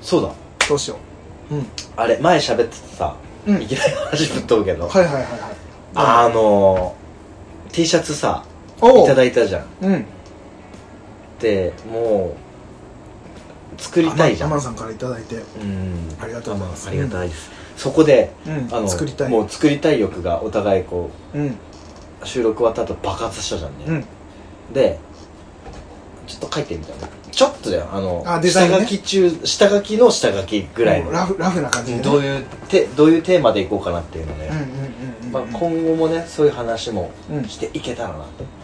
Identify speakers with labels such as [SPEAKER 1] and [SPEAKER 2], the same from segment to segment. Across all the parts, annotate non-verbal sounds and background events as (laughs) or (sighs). [SPEAKER 1] そうだ
[SPEAKER 2] どうしよううん
[SPEAKER 1] あれ前喋っててさ、
[SPEAKER 2] うん
[SPEAKER 1] いきなり話ぶっ飛ぶけど、
[SPEAKER 2] はいはいはいはい
[SPEAKER 1] あの T シャツさ
[SPEAKER 2] お
[SPEAKER 1] いただ
[SPEAKER 2] い
[SPEAKER 1] いたじゃん
[SPEAKER 2] うん
[SPEAKER 1] でもう作りたいじゃ
[SPEAKER 2] ア
[SPEAKER 1] ん
[SPEAKER 2] マンさんからいただいて
[SPEAKER 1] うん
[SPEAKER 2] ありがとうございます
[SPEAKER 1] あありがたいです、そこで
[SPEAKER 2] うん
[SPEAKER 1] あの
[SPEAKER 2] 作りたい
[SPEAKER 1] もう作りたい欲がお互いこ
[SPEAKER 2] うん
[SPEAKER 1] う収録終わった後爆発したじゃんね、
[SPEAKER 2] うん
[SPEAKER 1] でちょっと書いてみたのちょっとだよあの
[SPEAKER 2] あデザイ
[SPEAKER 1] 下
[SPEAKER 2] ンね
[SPEAKER 1] 書き中下書きの下書きぐらい
[SPEAKER 2] も
[SPEAKER 1] の
[SPEAKER 2] うラフラフな感じでね
[SPEAKER 1] どういうてどういうテーマでいこうかなっていうので、
[SPEAKER 2] うんうんうんうん
[SPEAKER 1] まあ、今後もねそういう話も
[SPEAKER 2] うん
[SPEAKER 1] していけたらなと、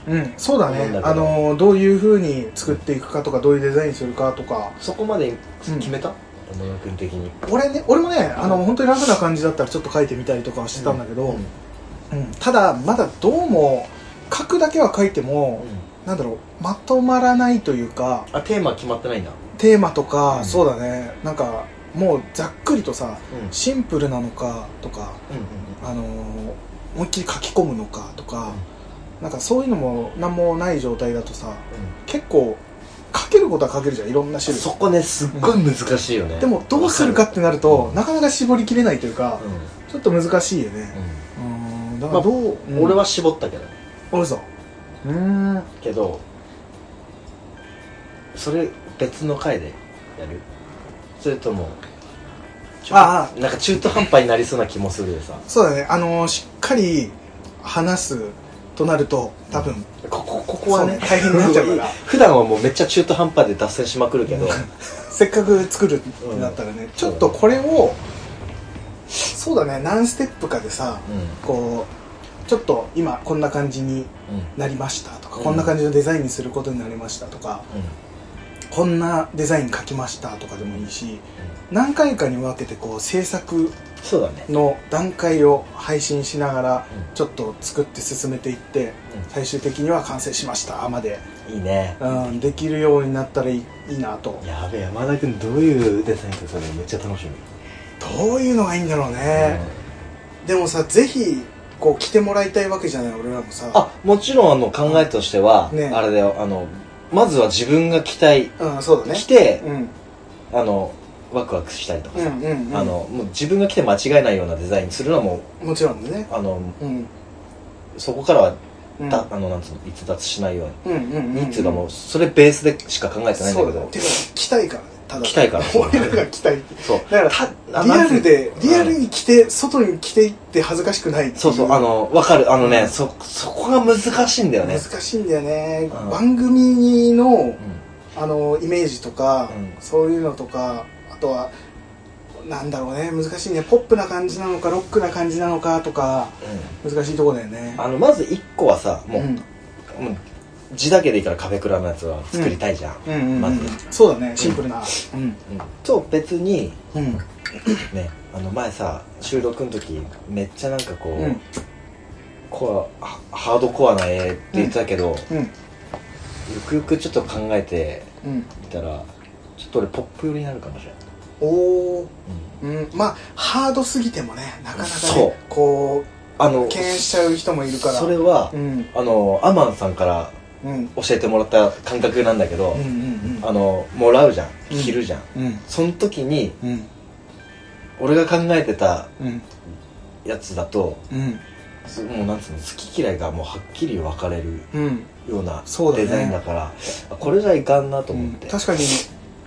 [SPEAKER 2] うんそうだ
[SPEAKER 1] 思うんだ
[SPEAKER 2] ね
[SPEAKER 1] けど
[SPEAKER 2] あのーどういうふうに作っていくかとかどういうデザインするかとか
[SPEAKER 1] そこまで
[SPEAKER 2] うん
[SPEAKER 1] 決めた山野君的に
[SPEAKER 2] 俺ね俺もねあの本当にラフな感じだったらちょっと書いてみたりとかはしてたんだけど、うんただまだどうも書くだけは書いても、なんだろうまとまらないというか
[SPEAKER 1] あテーマ決まってないんだ、
[SPEAKER 2] テーマとか、
[SPEAKER 1] うん
[SPEAKER 2] そうだねなんかもうざっくりとさ
[SPEAKER 1] うんうん
[SPEAKER 2] シンプルなのかとかあのー思いっきり書き込むのかとか、なんかそういうのも何もない状態だとさ結構書けることは書けるじゃんいろんな種類
[SPEAKER 1] そこねすっごい難しいよね、
[SPEAKER 2] でもどうするかってなると
[SPEAKER 1] うん
[SPEAKER 2] なかなか絞りきれないというか
[SPEAKER 1] わかる、うん
[SPEAKER 2] ちょっと難しいよねうーんだからどう、
[SPEAKER 1] うん俺は絞ったけど
[SPEAKER 2] 俺さうーん
[SPEAKER 1] けどそれ別の回でやるそれともちょ
[SPEAKER 2] あ
[SPEAKER 1] なんか中途半端になりそうな気もするでさ
[SPEAKER 2] そうだねあのーしっかり話すとなると多分、
[SPEAKER 1] ここここは
[SPEAKER 2] そ
[SPEAKER 1] ね
[SPEAKER 2] う大変になっちゃうから
[SPEAKER 1] (laughs) 普段はもうめっちゃ中途半端で脱線しまくるけど、
[SPEAKER 2] せっかく作るってなったらね、ちょっとこれをそうだね何ステップかでさこうちょっと今こんな感じに
[SPEAKER 1] うん
[SPEAKER 2] なりましたとか、
[SPEAKER 1] うん
[SPEAKER 2] こんな感じのデザインにすることになりましたとかこんなデザイン書きましたとかでもいいし何回かに分けてこう制作
[SPEAKER 1] そうだね
[SPEAKER 2] の段階を配信しながら
[SPEAKER 1] うん
[SPEAKER 2] ちょっと作って進めていって最終的には完成しましたまで、
[SPEAKER 1] いいね
[SPEAKER 2] うん、できるようになったらいいいいなと
[SPEAKER 1] やべえ山田君どういうデザインかそれめっちゃ楽しみ
[SPEAKER 2] どういうのがいいんだろうね、でもさぜひこう来てもらいたいわけじゃない俺らもさ
[SPEAKER 1] あもちろんあの考えとしては
[SPEAKER 2] ね
[SPEAKER 1] あれだよあのまずは自分が着たい
[SPEAKER 2] うんそうだね
[SPEAKER 1] 着て
[SPEAKER 2] うん
[SPEAKER 1] あのワクワクしたりとか
[SPEAKER 2] う
[SPEAKER 1] さ
[SPEAKER 2] んうん、うん、
[SPEAKER 1] あのもう自分が着て間違えないようなデザインするのはも
[SPEAKER 2] もちろんね
[SPEAKER 1] うあの
[SPEAKER 2] うん
[SPEAKER 1] そこからは
[SPEAKER 2] うん
[SPEAKER 1] だあのなんつうの逸脱しないように
[SPEAKER 2] うんうんうんうん
[SPEAKER 1] つうかもうそれベースでしか考えてないんだ
[SPEAKER 2] そ
[SPEAKER 1] け
[SPEAKER 2] うだよ
[SPEAKER 1] ど
[SPEAKER 2] てか来たいからねただ
[SPEAKER 1] 着たいから
[SPEAKER 2] 俺らが来たい
[SPEAKER 1] そう
[SPEAKER 2] だ
[SPEAKER 1] た
[SPEAKER 2] か
[SPEAKER 1] あ
[SPEAKER 2] らリアルで
[SPEAKER 1] なんつう
[SPEAKER 2] リアルに来て外に来ていって恥ずかしくないってい
[SPEAKER 1] そうそうあのわかるあのね、
[SPEAKER 2] うん
[SPEAKER 1] そそこが難しいんだよね
[SPEAKER 2] 難しいんだよね、
[SPEAKER 1] うん
[SPEAKER 2] 番組の
[SPEAKER 1] うん
[SPEAKER 2] あのイメージとか、
[SPEAKER 1] うん
[SPEAKER 2] そういうのとかあとはなんだろうね難しいねポップな感じなのかロックな感じなのかとか難しいとこだよね
[SPEAKER 1] あのまず1個はさもう,、
[SPEAKER 2] うん
[SPEAKER 1] もう字だけでいいから壁クラのやつは作りたいじゃん、
[SPEAKER 2] うんうんう
[SPEAKER 1] ま
[SPEAKER 2] ん
[SPEAKER 1] ず
[SPEAKER 2] そうだねシンプルなうん
[SPEAKER 1] うんと別に
[SPEAKER 2] うん
[SPEAKER 1] ねあの前さ収録の時めっちゃなんかこう、
[SPEAKER 2] うん
[SPEAKER 1] コアハハードコアな絵って言ってたけど、
[SPEAKER 2] うん
[SPEAKER 1] ゆくゆくちょっと考えて
[SPEAKER 2] うん
[SPEAKER 1] みたらちょっと俺ポップ寄りになるかもしれない、
[SPEAKER 2] おおうん、まあハードすぎてもねなかなか、ね、
[SPEAKER 1] そう
[SPEAKER 2] こ
[SPEAKER 1] あ
[SPEAKER 2] う
[SPEAKER 1] の
[SPEAKER 2] 敬遠しちゃう人もいるから
[SPEAKER 1] それは、
[SPEAKER 2] うん
[SPEAKER 1] あのアマンさんから
[SPEAKER 2] うん
[SPEAKER 1] 教えてもらった感覚なんだけど、
[SPEAKER 2] うんうん
[SPEAKER 1] あのもらうじゃん
[SPEAKER 2] うん
[SPEAKER 1] 着るじゃん、
[SPEAKER 2] うん
[SPEAKER 1] その時に
[SPEAKER 2] うん
[SPEAKER 1] 俺が考えてた
[SPEAKER 2] うん
[SPEAKER 1] やつだと
[SPEAKER 2] うん
[SPEAKER 1] すもうなんつうの好き嫌いがもうはっきり分かれる
[SPEAKER 2] うん
[SPEAKER 1] ような
[SPEAKER 2] そうだね
[SPEAKER 1] デザインだからあこれじゃいかんなと思って、
[SPEAKER 2] 確かに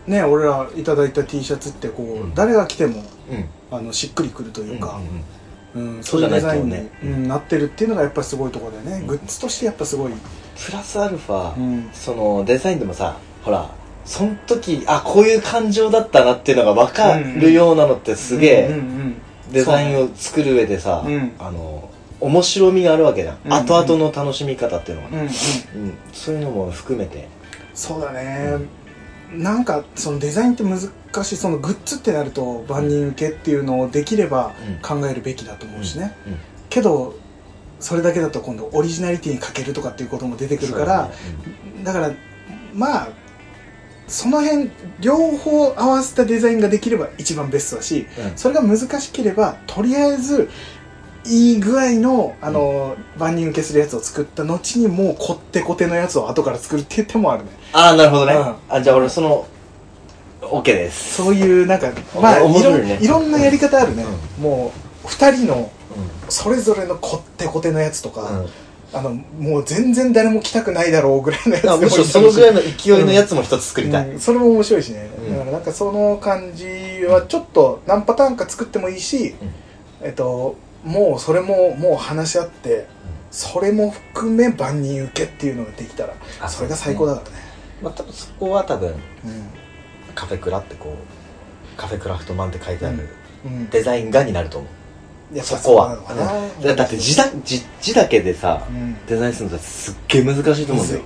[SPEAKER 2] ね俺らいただいた T シャツってこう、
[SPEAKER 1] うん
[SPEAKER 2] 誰が着ても
[SPEAKER 1] うん
[SPEAKER 2] あのしっくりくるというか
[SPEAKER 1] うん、うん
[SPEAKER 2] うん
[SPEAKER 1] そうじゃないとね
[SPEAKER 2] うデザインに、うんなってるっていうのがやっぱすごいところだよね、グッズとしてやっぱすごい、
[SPEAKER 1] プラスアルファ、
[SPEAKER 2] うん
[SPEAKER 1] そのデザインでもさほらその時あこういう感情だったなっていうのが分かるようなのってすげえ、
[SPEAKER 2] うんうん
[SPEAKER 1] デザインを作る上でさ、
[SPEAKER 2] うん
[SPEAKER 1] あの面白みがあるわけじゃん、
[SPEAKER 2] うんうん
[SPEAKER 1] 後々の楽しみ方っていうのが
[SPEAKER 2] うん
[SPEAKER 1] ね、
[SPEAKER 2] うんうん
[SPEAKER 1] うんそういうのも含めて
[SPEAKER 2] そうだね、なんかそのデザインって難しいそのグッズってなると万人受けっていうのをできれば
[SPEAKER 1] うん
[SPEAKER 2] 考えるべきだと思うしね、
[SPEAKER 1] うん
[SPEAKER 2] けどそれだけだと今度オリジナリティに欠けるとかっていうことも出てくるか
[SPEAKER 1] そう
[SPEAKER 2] らだからまあその辺両方合わせたデザインができれば一番ベストだし
[SPEAKER 1] だねうん
[SPEAKER 2] それが難しければとりあえずいい具合のあの、万人受けするやつを作った後にもうこってこてのやつを後から作るっていう手もあるね
[SPEAKER 1] ああなるほどね、
[SPEAKER 2] うん
[SPEAKER 1] あじゃあ俺その OK です
[SPEAKER 2] そういうなんかまあい
[SPEAKER 1] 面白
[SPEAKER 2] ろ
[SPEAKER 1] いね
[SPEAKER 2] いろんなやり方あるね、もう2人のそれぞれのこってこてのやつとか、あのもう全然誰も来たくないだろうぐらいのやつで
[SPEAKER 1] あ
[SPEAKER 2] も
[SPEAKER 1] むしろそのぐらいの勢いのやつも一つ作りたい、
[SPEAKER 2] うんそれも面白いしね、
[SPEAKER 1] うん
[SPEAKER 2] だからなんかその感じはちょっと何パターンか作ってもいいし、
[SPEAKER 1] うん
[SPEAKER 2] えっともうそれももう話し合ってそれも含め万人受けっていうのができたら
[SPEAKER 1] あ
[SPEAKER 2] それが最高だからね
[SPEAKER 1] まあ、多分そこは多分
[SPEAKER 2] う
[SPEAKER 1] カフェクラってこうカフェクラフトマンって書いてある、
[SPEAKER 2] んうん
[SPEAKER 1] デザイン画になると思
[SPEAKER 2] いや
[SPEAKER 1] そこは
[SPEAKER 2] そうなのか
[SPEAKER 1] う
[SPEAKER 2] な
[SPEAKER 1] だだって字だ字字だけでさ、
[SPEAKER 2] うん
[SPEAKER 1] デザインするのってすっげえ難しいと思うんだよ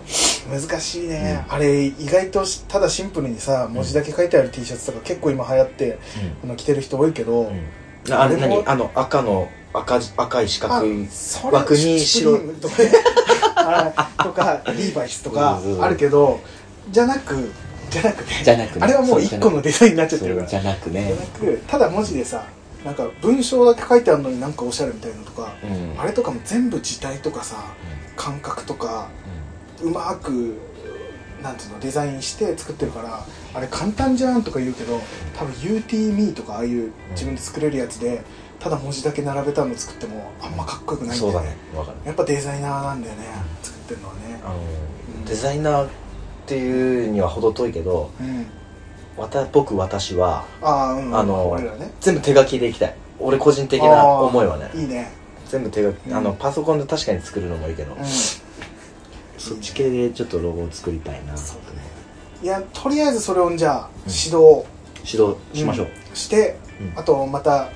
[SPEAKER 2] 難しいね、あれ意外としただシンプルにさ文字だけ書いてある T シャツとか結構今流行ってあの着てる人多いけど、
[SPEAKER 1] うんあれ
[SPEAKER 2] 俺も
[SPEAKER 1] 何あの赤の赤じ赤い四
[SPEAKER 2] あ
[SPEAKER 1] 角い
[SPEAKER 2] それ
[SPEAKER 1] 枠に
[SPEAKER 2] シュプリームとかね (laughs) あとかリーバイスとか
[SPEAKER 1] うんうん
[SPEAKER 2] あるけどじゃなくじゃなくて
[SPEAKER 1] じゃなくね
[SPEAKER 2] あれはもう一個のデザインになっちゃってるから
[SPEAKER 1] じ
[SPEAKER 2] じゃ
[SPEAKER 1] ゃなくね
[SPEAKER 2] なくただ文字でさなんか文章だけ書いてあるのになんかおしゃれみたいなのとか
[SPEAKER 1] うんうん
[SPEAKER 2] あれとかも全部字体とかさ感覚とかうまくなんていうのデザインして作ってるからあれ簡単じゃんとか言うけど多分 UTME とかああいう自分で作れるやつでただ文字だけ並べたの作ってもあんまかっこよくないんだ
[SPEAKER 1] そう
[SPEAKER 2] よ
[SPEAKER 1] だ
[SPEAKER 2] ね
[SPEAKER 1] ねわかる
[SPEAKER 2] やっぱデザイナーなんだよね作ってるのはね
[SPEAKER 1] あのデザイナーっていうには程遠いけど
[SPEAKER 2] うん
[SPEAKER 1] わた僕私は
[SPEAKER 2] ああうん
[SPEAKER 1] あの
[SPEAKER 2] 俺らね
[SPEAKER 1] 全部手書きでいきたい俺個人的な思いはね
[SPEAKER 2] あーいいね
[SPEAKER 1] 全部手書き、
[SPEAKER 2] うん
[SPEAKER 1] あのパソコンで確かに作るのもいいけど、
[SPEAKER 2] うん
[SPEAKER 1] そっち系でちょっとロゴを作りたいな
[SPEAKER 2] そうだ
[SPEAKER 1] ね
[SPEAKER 2] いやとりあえずそれをじゃあ指導
[SPEAKER 1] 指導しましょう、
[SPEAKER 2] んして
[SPEAKER 1] うん
[SPEAKER 2] あとまた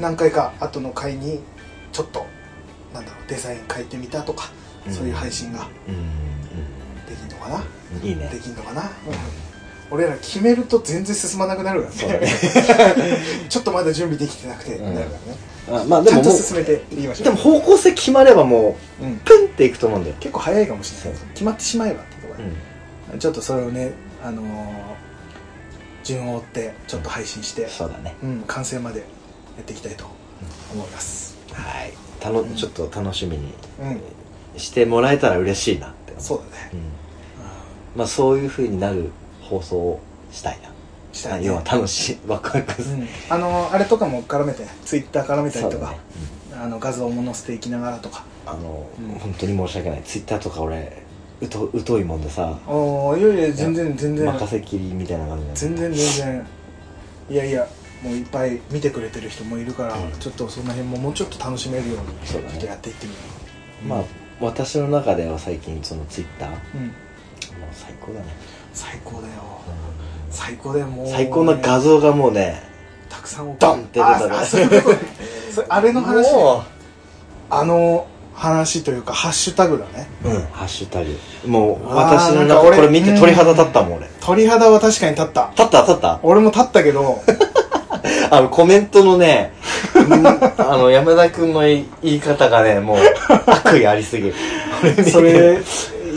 [SPEAKER 2] 何回か後の回にちょっとなんだろうデザイン変えてみたとか
[SPEAKER 1] うん
[SPEAKER 2] そういう配信が
[SPEAKER 1] うん、
[SPEAKER 2] (laughs) できんのかな
[SPEAKER 1] うんいいね
[SPEAKER 2] できんのかなうん俺ら決めると全然進まなくなるか
[SPEAKER 1] そう
[SPEAKER 2] ら
[SPEAKER 1] だ
[SPEAKER 2] ね
[SPEAKER 1] ね
[SPEAKER 2] (laughs) ちょっとまだ準備できてなくてなるからね
[SPEAKER 1] あまあ
[SPEAKER 2] ち
[SPEAKER 1] で
[SPEAKER 2] ゃ
[SPEAKER 1] も
[SPEAKER 2] んと
[SPEAKER 1] も
[SPEAKER 2] 進めていきまし
[SPEAKER 1] う
[SPEAKER 2] ょ
[SPEAKER 1] で
[SPEAKER 2] う
[SPEAKER 1] も方向性決まればも
[SPEAKER 2] うん
[SPEAKER 1] うプンっていくと思うんだよ、
[SPEAKER 2] 結構早いかもしれない
[SPEAKER 1] そう
[SPEAKER 2] 決まってしまえばってところ
[SPEAKER 1] うん
[SPEAKER 2] でちょっとそれをねあのー順を追ってちょっと配信して、
[SPEAKER 1] そうだね
[SPEAKER 2] うん、完成までやっていきたいと思います
[SPEAKER 1] はいたの、
[SPEAKER 2] うん
[SPEAKER 1] ちょっと楽しみに
[SPEAKER 2] うん
[SPEAKER 1] してもらえたら嬉しいなって思う
[SPEAKER 2] そうだね
[SPEAKER 1] うんまあそういうふうになる放送をしたいな
[SPEAKER 2] うんしたいね
[SPEAKER 1] 要は楽しいワクワクす
[SPEAKER 2] う
[SPEAKER 1] る、
[SPEAKER 2] んあのーあれとかも絡めてツイッター絡めたり
[SPEAKER 1] そう
[SPEAKER 2] と
[SPEAKER 1] だ
[SPEAKER 2] か、
[SPEAKER 1] ね、
[SPEAKER 2] あの画像も載せていきながらとか
[SPEAKER 1] うんあの、
[SPEAKER 2] うん
[SPEAKER 1] 本当に申し訳ないツイッターとか俺うと疎いもんでさ
[SPEAKER 2] おーいやいや全然全然
[SPEAKER 1] 任せきりみたいな感じなんで
[SPEAKER 2] 全然全然いやいやもういっぱい見てくれてる人もいるから、
[SPEAKER 1] うん
[SPEAKER 2] ちょっとその辺ももうちょっと楽しめるようにち
[SPEAKER 1] そ
[SPEAKER 2] ょ
[SPEAKER 1] うだね
[SPEAKER 2] っとやっていってみよう
[SPEAKER 1] まあ私の中では最近そのツイッターもう
[SPEAKER 2] うん、
[SPEAKER 1] 最高だね、
[SPEAKER 2] 最高だよ最高だよもう、
[SPEAKER 1] 最高の画像がもうね
[SPEAKER 2] たくさん送る
[SPEAKER 1] ドンって出たから
[SPEAKER 2] ああそういうことね (laughs) それあれの話
[SPEAKER 1] も
[SPEAKER 2] あの話というかハッシュタグだね
[SPEAKER 1] う、うん、ハッシュタグもう
[SPEAKER 2] あー
[SPEAKER 1] 私の
[SPEAKER 2] なんか
[SPEAKER 1] 中
[SPEAKER 2] 俺
[SPEAKER 1] これ見て
[SPEAKER 2] うん
[SPEAKER 1] 鳥肌立ったもん俺
[SPEAKER 2] 鳥肌は確かに立った
[SPEAKER 1] 立った立った
[SPEAKER 2] 俺も立ったけ
[SPEAKER 1] (laughs)
[SPEAKER 2] ど
[SPEAKER 1] あのコメントのねうんあの山田君の言い方がねもう悪意ありす (laughs) ぎる俺見て
[SPEAKER 2] それ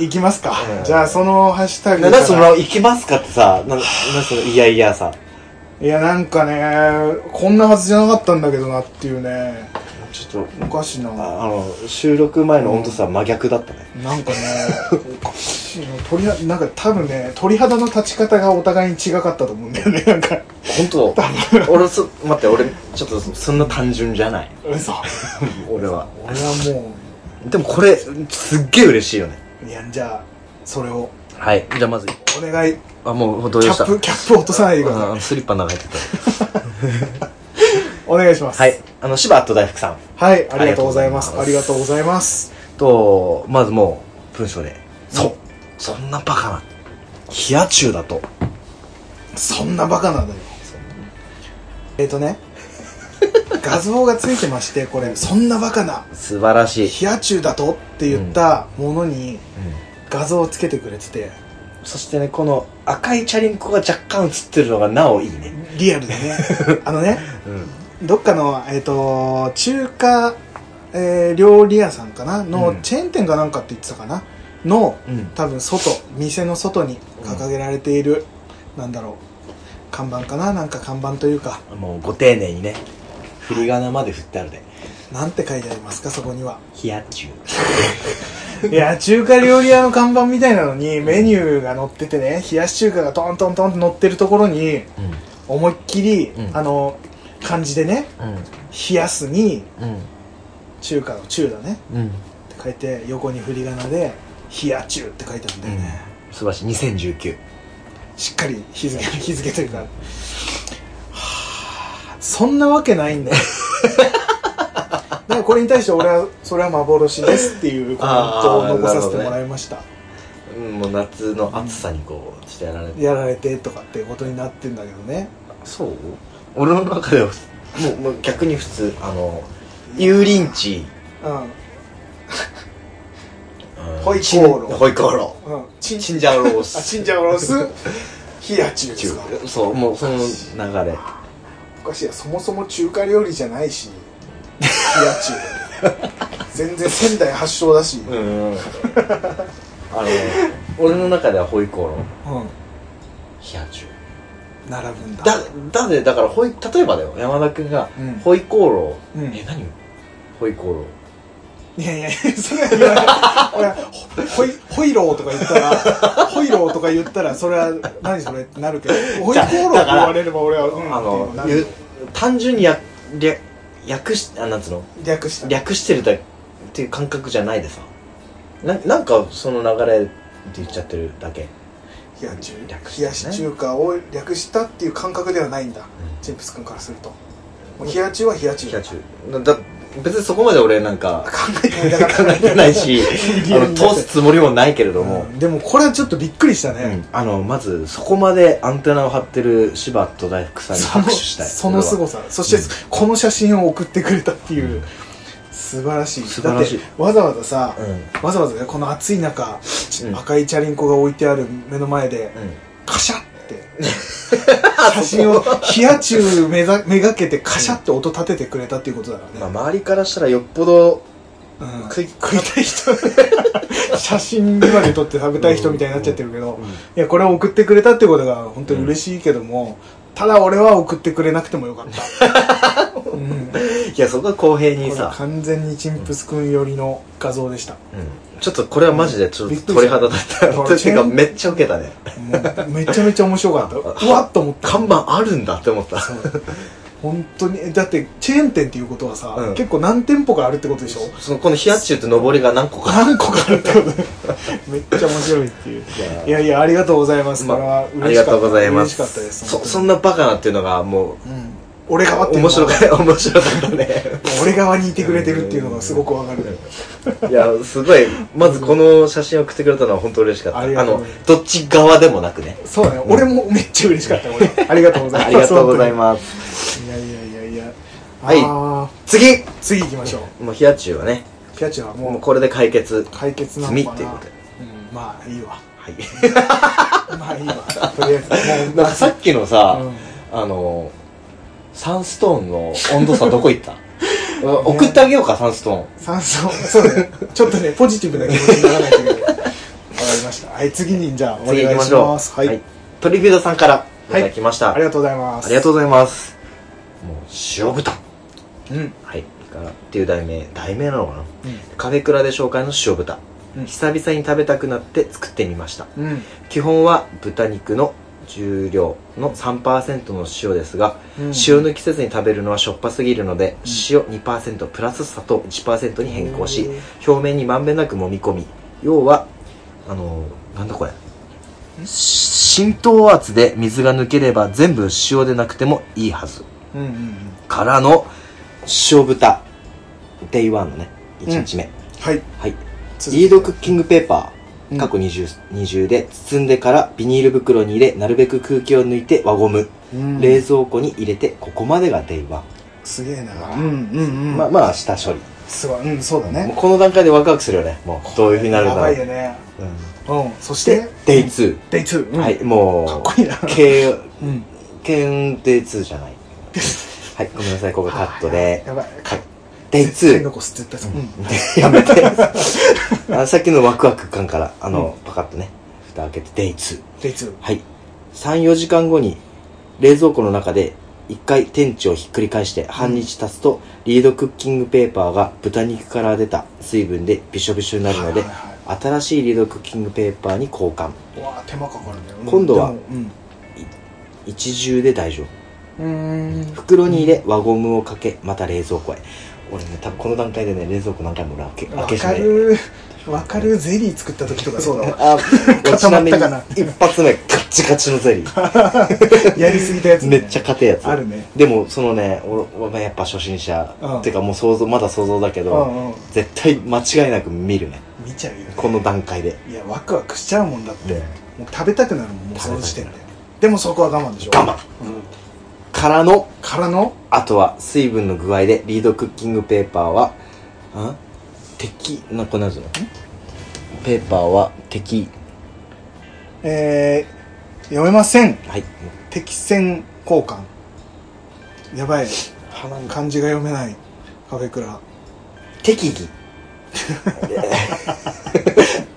[SPEAKER 2] いきますか、
[SPEAKER 1] うん
[SPEAKER 2] じゃあそのハッシュタグ
[SPEAKER 1] な
[SPEAKER 2] から
[SPEAKER 1] んかその行きますかってさ (sighs) なんなんかそのいやいやさ
[SPEAKER 2] いやなんかねこんなはずじゃなかったんだけどなっていうね
[SPEAKER 1] ちょっと
[SPEAKER 2] おかしいな
[SPEAKER 1] ああの収録前の温度差は真逆だったね、
[SPEAKER 2] なんかね、鳥肌、なんか多分ね、鳥肌の立ち方がお互いに違かったと思うんだよね、なんか。
[SPEAKER 1] 本 (laughs) 当俺そ待って俺ちょっとそそんな単純じゃない
[SPEAKER 2] 嘘。
[SPEAKER 1] 俺は
[SPEAKER 2] 俺はも
[SPEAKER 1] でもこれすっげえ嬉しいよね
[SPEAKER 2] う、いや、じゃあ、それを、
[SPEAKER 1] はいじゃあまず
[SPEAKER 2] お願い、
[SPEAKER 1] あもう動
[SPEAKER 2] キ
[SPEAKER 1] 揺
[SPEAKER 2] ャ
[SPEAKER 1] した
[SPEAKER 2] ップ、キャップ落とさないでくださ
[SPEAKER 1] うんスリッパ長いってた
[SPEAKER 2] い。お願いします。
[SPEAKER 1] はい。あの柴田大福さん
[SPEAKER 2] はい、ありがとうございます。あ
[SPEAKER 1] あ
[SPEAKER 2] り
[SPEAKER 1] り
[SPEAKER 2] が
[SPEAKER 1] が
[SPEAKER 2] とう
[SPEAKER 1] と
[SPEAKER 2] ございます。
[SPEAKER 1] とまずもう文章でそうそんなバカな冷や中だと
[SPEAKER 2] そんなバカなんだよ。えっと
[SPEAKER 1] (laughs)
[SPEAKER 2] ね、画像がついてまして、これ、そんなバカな、
[SPEAKER 1] 素晴らしい、
[SPEAKER 2] 冷や中だとって言ったものに
[SPEAKER 1] う
[SPEAKER 2] 画像をつけてくれてて、
[SPEAKER 1] ん、そしてねこの赤いチャリンコが若干映ってるのがなおいいね
[SPEAKER 2] リアルだね。
[SPEAKER 1] (laughs)
[SPEAKER 2] あのね、
[SPEAKER 1] うん
[SPEAKER 2] どっかの、えっと中華、えー料理屋さんかなの、
[SPEAKER 1] うん
[SPEAKER 2] チェーン店かなんかって言ってたかなの
[SPEAKER 1] うん
[SPEAKER 2] 多分外店の外に掲げられている、なんだろう看板かななんか看板というか
[SPEAKER 1] もうご丁寧にね振り仮名まで振ってあるで
[SPEAKER 2] なんて書いてありますかそこには
[SPEAKER 1] 冷や中
[SPEAKER 2] いや中華料理屋の看板みたいなのにメニューが載っててね冷やし中華がトントントンって載ってるところに思いっきり、
[SPEAKER 1] うん
[SPEAKER 2] あの漢字でね
[SPEAKER 1] うん
[SPEAKER 2] 冷やすに
[SPEAKER 1] うん
[SPEAKER 2] 中華の中だね
[SPEAKER 1] うん
[SPEAKER 2] って書いて横に振り仮名で冷や中って書いてあるんだよね、
[SPEAKER 1] 素晴らしい2019
[SPEAKER 2] しっかり日付 (laughs) 日付というかはあそんなわけないん
[SPEAKER 1] (laughs)
[SPEAKER 2] だよだからこれに対して俺はそれは幻ですっていうコメントを残させてもらいました、
[SPEAKER 1] うんもう夏の暑さにこうしてやられて
[SPEAKER 2] やられてとかってことになってんだけどね
[SPEAKER 1] そう俺の中ではもうもう逆に普通あの油淋鶏
[SPEAKER 2] う
[SPEAKER 1] ホ
[SPEAKER 2] ホ
[SPEAKER 1] イ
[SPEAKER 2] イコ
[SPEAKER 1] コー
[SPEAKER 2] ー
[SPEAKER 1] ロ
[SPEAKER 2] ロー
[SPEAKER 1] ホイコーロ
[SPEAKER 2] んうんチ
[SPEAKER 1] ー
[SPEAKER 2] ン
[SPEAKER 1] チンジャオロー
[SPEAKER 2] あ
[SPEAKER 1] ス
[SPEAKER 2] チンジャオロー (laughs) ス冷や中ですか
[SPEAKER 1] そうもうその流れ
[SPEAKER 2] おかしいやそもそも中華料理じゃないし冷や中全然仙台発祥だし、うん
[SPEAKER 1] うんあの俺の中ではホイコーロー冷や中
[SPEAKER 2] 並ぶんだ
[SPEAKER 1] だだでだからホイ例えばだよ山田君が
[SPEAKER 2] うん
[SPEAKER 1] ホイコーロー、
[SPEAKER 2] うん
[SPEAKER 1] え何ホイコーロー
[SPEAKER 2] いやいや、それは言わない。俺、ほほい、ほいろうとか言った (laughs) ら、ほいろうとか言ったら、それは、何それってなる (laughs) けど、ほいこ
[SPEAKER 1] じゃあ
[SPEAKER 2] うろうって言
[SPEAKER 1] だから
[SPEAKER 2] われれば俺は、うん、
[SPEAKER 1] あの
[SPEAKER 2] ってい
[SPEAKER 1] ゆ
[SPEAKER 2] う
[SPEAKER 1] 単純にや略略しあなんつうの
[SPEAKER 2] な略した。
[SPEAKER 1] 略してるだっていう感覚じゃないでさななんかその流れって言っちゃってるだけ
[SPEAKER 2] 冷や中
[SPEAKER 1] 略し
[SPEAKER 2] 冷
[SPEAKER 1] たね
[SPEAKER 2] やし中華を略したっていう感覚ではないんだ、
[SPEAKER 1] ん
[SPEAKER 2] チンプス君からすると。もう冷や中は冷や中
[SPEAKER 1] 冷や中だだ別にそこまで俺なんか
[SPEAKER 2] 考えてないだ
[SPEAKER 1] (laughs) 考
[SPEAKER 2] から。
[SPEAKER 1] えて (laughs) ないし
[SPEAKER 2] 理
[SPEAKER 1] あ
[SPEAKER 2] 由
[SPEAKER 1] の
[SPEAKER 2] になって
[SPEAKER 1] 通すつもりもないけれども、
[SPEAKER 2] うんでもこれはちょっとびっくりした
[SPEAKER 1] う
[SPEAKER 2] ね。
[SPEAKER 1] んあのまずそこまでアンテナを張ってる柴田大福さんに
[SPEAKER 2] その
[SPEAKER 1] 拍手したい
[SPEAKER 2] その
[SPEAKER 1] 俺
[SPEAKER 2] 凄
[SPEAKER 1] は
[SPEAKER 2] さ。そして、この写真を送ってくれたっていう、素晴らしい。
[SPEAKER 1] 素晴らしい
[SPEAKER 2] だって、わざわざさ、
[SPEAKER 1] うんうん
[SPEAKER 2] わざわざねこの暑い中、ち
[SPEAKER 1] うん
[SPEAKER 2] 赤いチャリンコが置いてある目の前で、カシャ
[SPEAKER 1] (laughs)
[SPEAKER 2] って、写真を、冷や中めざめがけてカシャって音立ててくれたっていうことだからね。
[SPEAKER 1] まあ、周りからしたらよっぽど
[SPEAKER 2] うん
[SPEAKER 1] 食
[SPEAKER 2] 食
[SPEAKER 1] い
[SPEAKER 2] いたい
[SPEAKER 1] (laughs)
[SPEAKER 2] 人、写真まで撮って食べたい人みたいになっちゃってるけど、いや、これを送ってくれたってことが本当に嬉しいけども、ただ俺は送ってくれなくてもよかった。うん、こ
[SPEAKER 1] いやそこは公平に
[SPEAKER 2] れ
[SPEAKER 1] さ、
[SPEAKER 2] 完全にチンプスくん寄りの画像でした。
[SPEAKER 1] うん、ちょっとこれはマジでちょっ
[SPEAKER 2] び
[SPEAKER 1] と
[SPEAKER 2] っくり
[SPEAKER 1] 鳥
[SPEAKER 2] した
[SPEAKER 1] 肌だった
[SPEAKER 2] これ
[SPEAKER 1] てかめっちゃウケたね
[SPEAKER 2] もうめちゃめちゃ面白
[SPEAKER 1] (laughs)
[SPEAKER 2] かった。うわっと思った。
[SPEAKER 1] 看板あるんだって思った
[SPEAKER 2] 本当にえだってチェーン店っていうことはさ、
[SPEAKER 1] うん
[SPEAKER 2] 結構何店舗かあるってことでしょ
[SPEAKER 1] (laughs) そのこの冷や中って上りが何個か
[SPEAKER 2] 何個かあるってこと
[SPEAKER 1] (laughs)
[SPEAKER 2] めっちゃ面白いっていう
[SPEAKER 1] いや
[SPEAKER 2] いやいやありがとうございます、
[SPEAKER 1] ま
[SPEAKER 2] これ
[SPEAKER 1] あ
[SPEAKER 2] は
[SPEAKER 1] あり
[SPEAKER 2] 嬉しか
[SPEAKER 1] が
[SPEAKER 2] った
[SPEAKER 1] とうございま
[SPEAKER 2] 嬉
[SPEAKER 1] す
[SPEAKER 2] しかったです
[SPEAKER 1] そそ
[SPEAKER 2] 本
[SPEAKER 1] んなバカなっていうのがも
[SPEAKER 2] 当にうん、俺が
[SPEAKER 1] う
[SPEAKER 2] って
[SPEAKER 1] 面白
[SPEAKER 2] い
[SPEAKER 1] かった面白かったね
[SPEAKER 2] 俺側にいてくれてるっていうのがすごくわかる
[SPEAKER 1] いやすごいまずこの写真を送ってくれたのは本当嬉しかった
[SPEAKER 2] ありがとう
[SPEAKER 1] のどっち側でもなくね
[SPEAKER 2] そうだね、俺もめっちゃ嬉しかった俺ありがとうございます
[SPEAKER 1] (laughs) ありがとうございます
[SPEAKER 2] すいやいやいやいや
[SPEAKER 1] はい
[SPEAKER 2] あ
[SPEAKER 1] (laughs) 次
[SPEAKER 2] ー次行きましょう
[SPEAKER 1] もう冷や中はね
[SPEAKER 2] キャッチはも
[SPEAKER 1] もう
[SPEAKER 2] う
[SPEAKER 1] これで解決
[SPEAKER 2] 解決なの
[SPEAKER 1] 罪
[SPEAKER 2] か
[SPEAKER 1] っ
[SPEAKER 2] な
[SPEAKER 1] ていうことで
[SPEAKER 2] うん、まあいいわ (laughs) まあ
[SPEAKER 1] はい
[SPEAKER 2] いいわとりあえずもう
[SPEAKER 1] (laughs) なんかさっきの (laughs) さ、
[SPEAKER 2] うん
[SPEAKER 1] あのサンストーンの温度差どこ行った (laughs) 送ってあげようかサンストーン
[SPEAKER 2] 酸素そうねちょっとねポジティブな気持ちにならないといけないわかりましたはい次にじゃあお願い
[SPEAKER 1] 次行きまし
[SPEAKER 2] し
[SPEAKER 1] ょ
[SPEAKER 2] ま
[SPEAKER 1] う
[SPEAKER 2] すはい、
[SPEAKER 1] トリビュードさんからい
[SPEAKER 2] は
[SPEAKER 1] た
[SPEAKER 2] い
[SPEAKER 1] だきました、
[SPEAKER 2] ありがとうございます
[SPEAKER 1] ありがとうございますもう塩豚
[SPEAKER 2] うんうん
[SPEAKER 1] はいからっていう題名題名なのかなカフェクラで紹介の塩豚、
[SPEAKER 2] うん
[SPEAKER 1] 久々に食べたくなって作ってみました
[SPEAKER 2] うん
[SPEAKER 1] 基本は豚肉の重量の3%の塩ですが、
[SPEAKER 2] うん
[SPEAKER 1] 塩抜きせずに食べるのはしょっぱすぎるので、
[SPEAKER 2] うん
[SPEAKER 1] 塩2%プラス砂糖1%に変更し表面にまんべんなく揉み込み要はあのなんだこれし浸透圧で水が抜ければ全部塩でなくてもいいはず
[SPEAKER 2] うんうんうん
[SPEAKER 1] からの塩豚デイワンのね1日目、
[SPEAKER 2] はい
[SPEAKER 1] はい
[SPEAKER 2] 続いて
[SPEAKER 1] リードクッキングペーパ
[SPEAKER 2] う
[SPEAKER 1] ー
[SPEAKER 2] ん
[SPEAKER 1] 過去 20, 20で包んでからビニール袋に入れなるべく空気を抜いて輪ゴム、
[SPEAKER 2] うん
[SPEAKER 1] 冷蔵庫に入れてここまでがデイワン
[SPEAKER 2] すげえなうんうんうん
[SPEAKER 1] まあまあ下処理、
[SPEAKER 2] すごいうんそうだ
[SPEAKER 1] もう
[SPEAKER 2] ね
[SPEAKER 1] この段階でワクワクするよねもうどういうふうになるん
[SPEAKER 2] や
[SPEAKER 1] だろ
[SPEAKER 2] ば
[SPEAKER 1] う
[SPEAKER 2] いよね
[SPEAKER 1] うん
[SPEAKER 2] うんそし
[SPEAKER 1] で
[SPEAKER 2] て
[SPEAKER 1] デイ2、
[SPEAKER 2] デイ2、うん、
[SPEAKER 1] はいもう
[SPEAKER 2] かっこいいな
[SPEAKER 1] K
[SPEAKER 2] うん
[SPEAKER 1] 剣デイ2じゃ
[SPEAKER 2] (laughs)
[SPEAKER 1] ないはいごめんなさいここカットで
[SPEAKER 2] やばい
[SPEAKER 1] カッデイ
[SPEAKER 2] 絶対
[SPEAKER 1] 2
[SPEAKER 2] 残す絶対そう、うん、
[SPEAKER 1] (laughs) やめてあのさっきのワクワク感からあの、パカッとね蓋開けてデイ2
[SPEAKER 2] デイ2
[SPEAKER 1] はい34時間後に冷蔵庫の中で一回天地をひっくり返して半日経つとリードクッキングペーパーが豚肉から出た水分でびしょびしょになるので
[SPEAKER 2] はいはい
[SPEAKER 1] 新しいリードクッキングペーパーに交換
[SPEAKER 2] うわー手間かかるねうん
[SPEAKER 1] 今度は
[SPEAKER 2] でも
[SPEAKER 1] 一重で大丈夫
[SPEAKER 2] うんうーん
[SPEAKER 1] 袋に入れ輪ゴムをかけまた冷蔵庫へ俺ねたこの段階でね冷蔵庫何回も俺開け開
[SPEAKER 2] わ
[SPEAKER 1] け
[SPEAKER 2] か
[SPEAKER 1] 閉め
[SPEAKER 2] るわかるゼリー作った時とかそう
[SPEAKER 1] (laughs)
[SPEAKER 2] だわ
[SPEAKER 1] あ
[SPEAKER 2] 固まったかな
[SPEAKER 1] ちみに一発目カッチカチのゼリー
[SPEAKER 2] やりすぎたやつ
[SPEAKER 1] めっちゃ硬いやつ
[SPEAKER 2] あるね
[SPEAKER 1] でもそのね俺はやっぱ初心者、
[SPEAKER 2] うん
[SPEAKER 1] っていうかもう想像まだ想像だけ
[SPEAKER 2] う
[SPEAKER 1] ど、
[SPEAKER 2] んうん
[SPEAKER 1] 絶対間違いなく見るね
[SPEAKER 2] 見ちゃうよね
[SPEAKER 1] この段階で
[SPEAKER 2] いやワクワクしちゃうもんだって
[SPEAKER 1] うん
[SPEAKER 2] もう食べたくなるもんもうその時点ででもそこは我慢でしょ
[SPEAKER 1] 我慢
[SPEAKER 2] うん
[SPEAKER 1] からの
[SPEAKER 2] からの
[SPEAKER 1] あとは水分の具合でリードクッキングペーパーはあ敵なこれなんていうのペーパーは敵
[SPEAKER 2] えー、読めません
[SPEAKER 1] はい
[SPEAKER 2] 適線交換やばい
[SPEAKER 1] 鼻に
[SPEAKER 2] 漢字が読めないカフェクラ
[SPEAKER 1] 適宜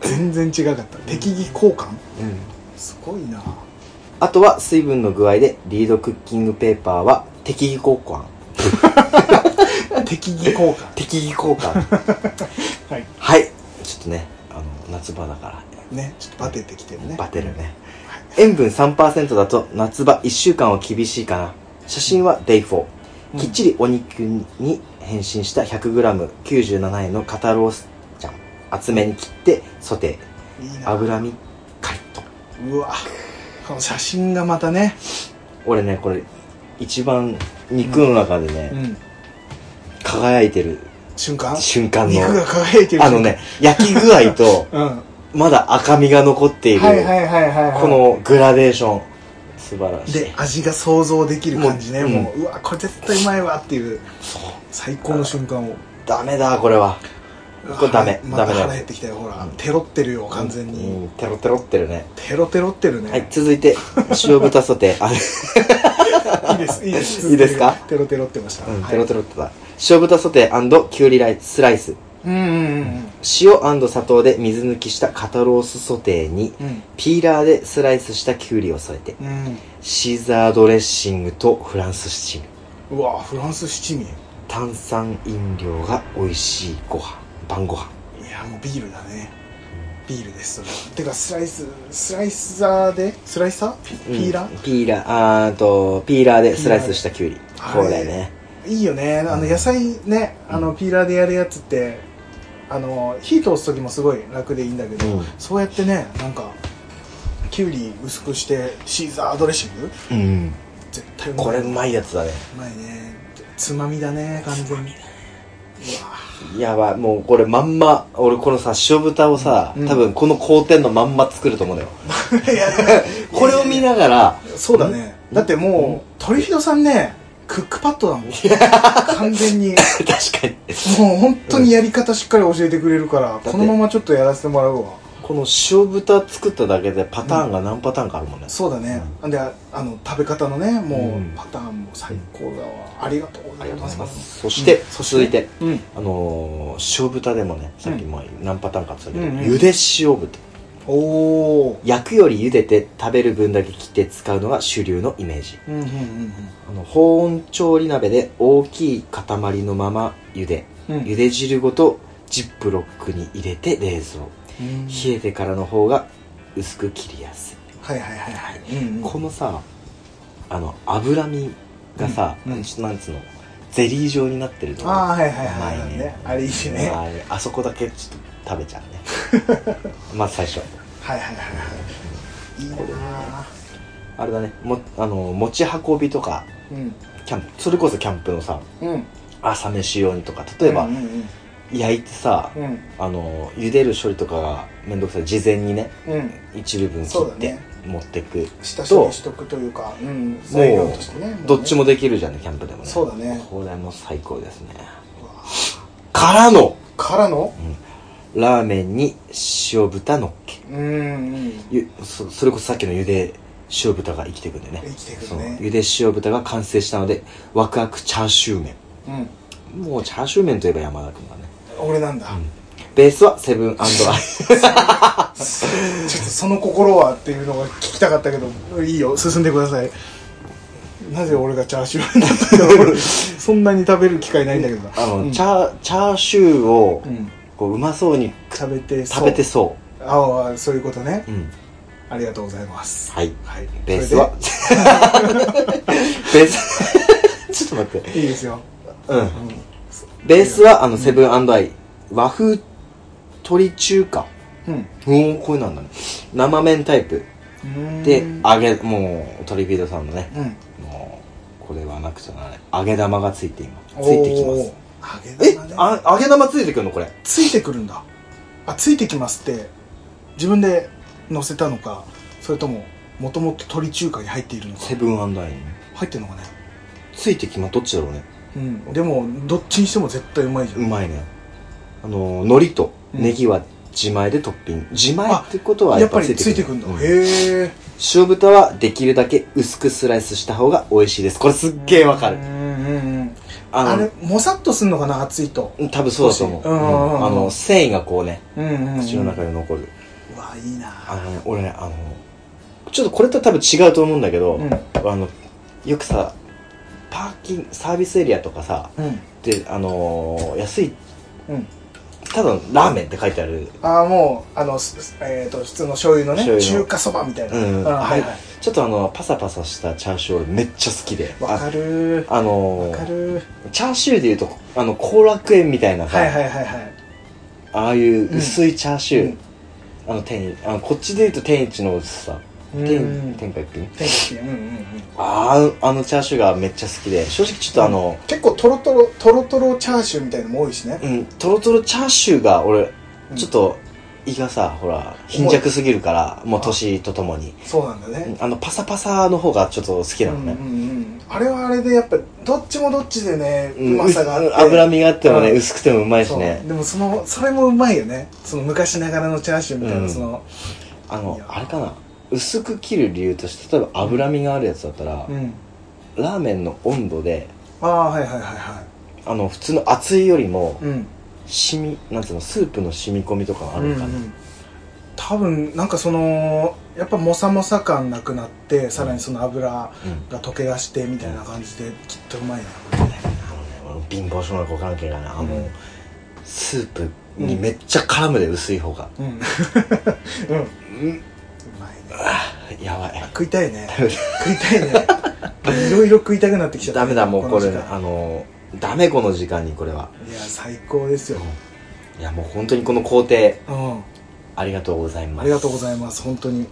[SPEAKER 2] 全然違かった適宜交換
[SPEAKER 1] うん
[SPEAKER 2] すごいな
[SPEAKER 1] あとは水分の具合でリードクッキングペーパーは適宜交換
[SPEAKER 2] 適宜交換
[SPEAKER 1] 適宜交換
[SPEAKER 2] (laughs) はい
[SPEAKER 1] はいちょっとねあの夏場だから
[SPEAKER 2] ねちょっとバテてきてるね
[SPEAKER 1] バテるね
[SPEAKER 2] はい
[SPEAKER 1] 塩分3%だと夏場1週間は厳しいかな写真は Day4、
[SPEAKER 2] うん
[SPEAKER 1] きっちりお肉に変身した 100g97 円の肩ロースちゃん厚めに切ってソテ
[SPEAKER 2] いい
[SPEAKER 1] ー
[SPEAKER 2] な
[SPEAKER 1] 脂身カリッと
[SPEAKER 2] うわこの写真がまたね
[SPEAKER 1] 俺ねこれ一番肉の中でね、
[SPEAKER 2] うん
[SPEAKER 1] 輝いてる
[SPEAKER 2] 瞬間
[SPEAKER 1] 瞬間の
[SPEAKER 2] 肉が輝いてる
[SPEAKER 1] あのね焼き具合と
[SPEAKER 2] 瞬間
[SPEAKER 1] まだ赤みが残って
[SPEAKER 2] う
[SPEAKER 1] い
[SPEAKER 2] ん
[SPEAKER 1] る、
[SPEAKER 2] はいはいはいはいはい
[SPEAKER 1] このグラデーション素晴らしい
[SPEAKER 2] で味が想像できる感じね
[SPEAKER 1] もう
[SPEAKER 2] もううわこれ絶対うまいわっていう
[SPEAKER 1] そう
[SPEAKER 2] 最高の瞬間を
[SPEAKER 1] ダメだこれはこれダメ
[SPEAKER 2] うわま
[SPEAKER 1] ダ
[SPEAKER 2] だ
[SPEAKER 1] メだ
[SPEAKER 2] 腹減ってきたよほらテロってるよ完全に
[SPEAKER 1] うんテロテロってるね
[SPEAKER 2] テロテロってるね
[SPEAKER 1] はい、続いて、塩豚ソテー。あ、
[SPEAKER 2] いいですいいです
[SPEAKER 1] いいですか
[SPEAKER 2] テロテロってました
[SPEAKER 1] うん、
[SPEAKER 2] はい
[SPEAKER 1] テロテロってた。塩豚ソテーきゅうりライスライス。
[SPEAKER 2] うんうんうん
[SPEAKER 1] 塩砂糖で水抜きした肩ロースソテーに、
[SPEAKER 2] うん
[SPEAKER 1] ピーラーでスライスしたきゅうりを添えて、
[SPEAKER 2] うん
[SPEAKER 1] シーザードレッシングとフランス七味。
[SPEAKER 2] うわフランス七味
[SPEAKER 1] 炭酸飲料が美味しいご飯。晩ご飯。
[SPEAKER 2] いやもうビールだねビールですそれはてかスライススライサーでスライサーピ
[SPEAKER 1] うん
[SPEAKER 2] ピーラー、
[SPEAKER 1] ピーラー、あーと、ピーラーでスライスしたきゅうり。
[SPEAKER 2] ー
[SPEAKER 1] これだよね。
[SPEAKER 2] いいよねあの野菜ねあのピーラーでやるやつってあの火通す時もすごい楽でいいんだけど、
[SPEAKER 1] うん
[SPEAKER 2] そうやってねなんかきゅうり薄くしてシーザードレッシング
[SPEAKER 1] うん。
[SPEAKER 2] 絶対うまい
[SPEAKER 1] これうまいやつだね。
[SPEAKER 2] うまいねつまみだね完全にうわ
[SPEAKER 1] やばいもうこれまんま俺このさ塩豚をさ、
[SPEAKER 2] うん
[SPEAKER 1] 多分この工程のまんま作ると思うのよ
[SPEAKER 2] いやいやいや
[SPEAKER 1] これを見ながら
[SPEAKER 2] そうだねだってもう鳥ひどさんねクックパッドだもん完全に
[SPEAKER 1] 確かに
[SPEAKER 2] もう本当にやり方しっかり教えてくれるから、
[SPEAKER 1] て
[SPEAKER 2] このままちょっとやらせてもらうわ
[SPEAKER 1] この塩豚作っただけでパターンが何パターンかあるもんね、
[SPEAKER 2] そうだね、でああの食べ方のねも
[SPEAKER 1] うん
[SPEAKER 2] うパターンも最高だわ、ありがとうご
[SPEAKER 1] あ
[SPEAKER 2] ざ
[SPEAKER 1] り
[SPEAKER 2] い
[SPEAKER 1] がとう
[SPEAKER 2] ま
[SPEAKER 1] ござ
[SPEAKER 2] す
[SPEAKER 1] います、そして、
[SPEAKER 2] うん
[SPEAKER 1] 続いて
[SPEAKER 2] うん
[SPEAKER 1] あのー、塩豚でもねさっきも何パターンかついてる、
[SPEAKER 2] うんうん
[SPEAKER 1] ゆで塩豚
[SPEAKER 2] おお
[SPEAKER 1] 焼くより茹でて食べる分だけ切って使うのが主流のイメージ
[SPEAKER 2] うんうんうん
[SPEAKER 1] あの保温調理鍋で大きい塊のまま茹で
[SPEAKER 2] うんうん
[SPEAKER 1] 茹で汁ごとジップロックに入れて冷蔵
[SPEAKER 2] うん
[SPEAKER 1] 冷えてからの方が薄く切りやすい、
[SPEAKER 2] はいはいはいはい、うんうん
[SPEAKER 1] このさあの脂身がさ、
[SPEAKER 2] うんうん
[SPEAKER 1] ちょっとなんつうのゼリー状になってるの
[SPEAKER 2] ああ
[SPEAKER 1] が
[SPEAKER 2] はいは
[SPEAKER 1] う
[SPEAKER 2] いはい
[SPEAKER 1] ま
[SPEAKER 2] はいい、
[SPEAKER 1] ね
[SPEAKER 2] ね、あれいいね
[SPEAKER 1] あれあそこだけちょっと食べちゃうね
[SPEAKER 2] (laughs)
[SPEAKER 1] まず最初
[SPEAKER 2] はいはいはいはいいいなあ
[SPEAKER 1] あれだねもあの持ち運びとか
[SPEAKER 2] うん
[SPEAKER 1] キャンプそれこそキャンプのさ
[SPEAKER 2] うん
[SPEAKER 1] 朝飯用にとか例えば、
[SPEAKER 2] うんうん
[SPEAKER 1] 焼いてさ、
[SPEAKER 2] うん
[SPEAKER 1] あの茹でる処理とかがめんどくさい事前にね
[SPEAKER 2] うんうん
[SPEAKER 1] 一部分切
[SPEAKER 2] そう
[SPEAKER 1] っ
[SPEAKER 2] だ
[SPEAKER 1] て
[SPEAKER 2] ね
[SPEAKER 1] 持ってく、
[SPEAKER 2] 下処理しとくというか、うん、材料としてねうね
[SPEAKER 1] どっちもできるじゃんねキャンプでもね
[SPEAKER 2] そうだね
[SPEAKER 1] これも最高ですねからの、
[SPEAKER 2] からの
[SPEAKER 1] うんラーメンに塩豚のっけ
[SPEAKER 2] うんうん
[SPEAKER 1] ゆそそれこそさっきの茹で塩豚が生きてくんだよね
[SPEAKER 2] 生きてく
[SPEAKER 1] そ
[SPEAKER 2] る
[SPEAKER 1] の
[SPEAKER 2] ね
[SPEAKER 1] 茹で塩豚が完成したのでワクワクチャーシュー麺
[SPEAKER 2] うん
[SPEAKER 1] もうチャーシュー麺といえば山田君だね
[SPEAKER 2] 俺なんだ、
[SPEAKER 1] ベースはセ
[SPEAKER 2] (laughs)
[SPEAKER 1] ブンアイ
[SPEAKER 2] ちょっとその心はっていうのが聞きたかったけどいいよ進んでくださいなぜ俺がチャーシューなん
[SPEAKER 1] (laughs)
[SPEAKER 2] だってそんなに食べる機会ないんだけどな
[SPEAKER 1] あの、
[SPEAKER 2] うん
[SPEAKER 1] チャーチャーシューを
[SPEAKER 2] うん
[SPEAKER 1] こううまそうに
[SPEAKER 2] 食べてそう
[SPEAKER 1] 食べてそ
[SPEAKER 2] ああそういうことね
[SPEAKER 1] う、うん、
[SPEAKER 2] ありがとうございます
[SPEAKER 1] はい
[SPEAKER 2] はい
[SPEAKER 1] ベースはベース (laughs) ちょっと待って
[SPEAKER 2] それでいいですよ、
[SPEAKER 1] うん
[SPEAKER 2] うん
[SPEAKER 1] ベースはあのセブンアイ和風鶏中華
[SPEAKER 2] うん
[SPEAKER 1] うんこういうのなんだね生麺タイプ
[SPEAKER 2] うーん
[SPEAKER 1] で揚げもうトリビードさんのね
[SPEAKER 2] うん
[SPEAKER 1] もうこれはなくちゃならない揚げ玉がついて今ついてきます
[SPEAKER 2] ます揚げ
[SPEAKER 1] え
[SPEAKER 2] 玉ね
[SPEAKER 1] あ揚げ玉ついてくるのこれ
[SPEAKER 2] ついてくるんだあついてきますって自分で乗せたのかそれとももともと鶏中華に入っているのか
[SPEAKER 1] セブンアイの
[SPEAKER 2] 入ってるのかね
[SPEAKER 1] ついてきまどっちだろうね
[SPEAKER 2] うんでもどっちにしても絶対うまいじゃん、
[SPEAKER 1] うまいねあの海苔と
[SPEAKER 2] うん
[SPEAKER 1] ネギは自前でトッピング自前ってことは
[SPEAKER 2] やっぱりついてくるんだ、
[SPEAKER 1] う
[SPEAKER 2] へえ
[SPEAKER 1] 塩豚はできるだけ薄くスライスした方が美味しいですこれすっげえわかる
[SPEAKER 2] うんうんうんあ
[SPEAKER 1] あの
[SPEAKER 2] れもさっとすんのかな熱いと
[SPEAKER 1] 多分そうだと思う、
[SPEAKER 2] うんうんうん
[SPEAKER 1] あの繊維がこうね
[SPEAKER 2] うんうん、
[SPEAKER 1] 口の中で残る、
[SPEAKER 2] うわいいな
[SPEAKER 1] あのね俺ねあのちょっとこれと多分違うと思うんだけど、
[SPEAKER 2] うん
[SPEAKER 1] あのよくさパーキングサービスエリアとかさ
[SPEAKER 2] うん
[SPEAKER 1] であのー安い
[SPEAKER 2] うん
[SPEAKER 1] ただのラーメンって書いてある
[SPEAKER 2] ああもうあの、すすえー、と普通の醤油のね
[SPEAKER 1] 醤油の
[SPEAKER 2] 中華そばみたいな、
[SPEAKER 1] うん
[SPEAKER 2] あはいは
[SPEAKER 1] はいちょっとあのパサパサしたチャーシュー俺めっちゃ好きで
[SPEAKER 2] わかる
[SPEAKER 1] ああの
[SPEAKER 2] わ
[SPEAKER 1] ー
[SPEAKER 2] かる
[SPEAKER 1] チャーシューでいうとあの後楽園みたいなさ、
[SPEAKER 2] はいはいはいはい
[SPEAKER 1] ああいう薄いチャーシュー、
[SPEAKER 2] うん
[SPEAKER 1] あの天一あのこっちでいうと天一の薄さ、
[SPEAKER 2] うん
[SPEAKER 1] 天天下一品
[SPEAKER 2] 天気うんうんうん
[SPEAKER 1] あああのチャーシューがめっちゃ好きで正直ちょっとあの、
[SPEAKER 2] 結構トロトロトロトロチャーシューみたいのも多いしね
[SPEAKER 1] うん、とろとろチャーシューが俺、
[SPEAKER 2] うん
[SPEAKER 1] ちょっと胃がさほら貧弱すぎるからもう年とともに
[SPEAKER 2] そうなんだね
[SPEAKER 1] あのパサパサの方がちょっと好きなのね、
[SPEAKER 2] うんうんうんあれはあれでやっぱどっちもどっちでね
[SPEAKER 1] うん
[SPEAKER 2] うまさがあって
[SPEAKER 1] (laughs) 脂身があってもね、
[SPEAKER 2] うん
[SPEAKER 1] 薄くてもうまいし
[SPEAKER 2] そう
[SPEAKER 1] ね
[SPEAKER 2] でもそのそれもうまいよねその昔ながらのチャーシューみたいな、
[SPEAKER 1] うん
[SPEAKER 2] その
[SPEAKER 1] あ
[SPEAKER 2] い
[SPEAKER 1] の
[SPEAKER 2] や
[SPEAKER 1] あれかな薄く切る理由として例えば脂身があるやつだったら、
[SPEAKER 2] うん
[SPEAKER 1] ラーメンの温度で
[SPEAKER 2] ああはいはいはいは
[SPEAKER 1] あの普通の熱いよりも
[SPEAKER 2] いうん
[SPEAKER 1] 染みなんつうのスープの染み込みとかがあるから、
[SPEAKER 2] うんうん多分なんかそのやっぱモサモサ感なくなってさらにその油が
[SPEAKER 1] うん
[SPEAKER 2] 溶け出してみたいな感じできっとうまいな
[SPEAKER 1] あのね、俺貧乏症な子関係がね、あの、
[SPEAKER 2] うん
[SPEAKER 1] スープにめっちゃ絡むで、薄い方が。
[SPEAKER 2] (laughs) うんうんうまいね
[SPEAKER 1] やばい。
[SPEAKER 2] 食いたい
[SPEAKER 1] (laughs)
[SPEAKER 2] ね食いたいねいろいろ食いたくなってきちゃった
[SPEAKER 1] ダメだ、もうこれ、
[SPEAKER 2] の時間
[SPEAKER 1] あの、ダメこの時間にこれは。
[SPEAKER 2] いや最高ですよ
[SPEAKER 1] いや、もう本当にこの工程、
[SPEAKER 2] うん
[SPEAKER 1] ありがとうございま
[SPEAKER 2] あ
[SPEAKER 1] す。
[SPEAKER 2] りがとうご
[SPEAKER 1] い
[SPEAKER 2] ざいます本当に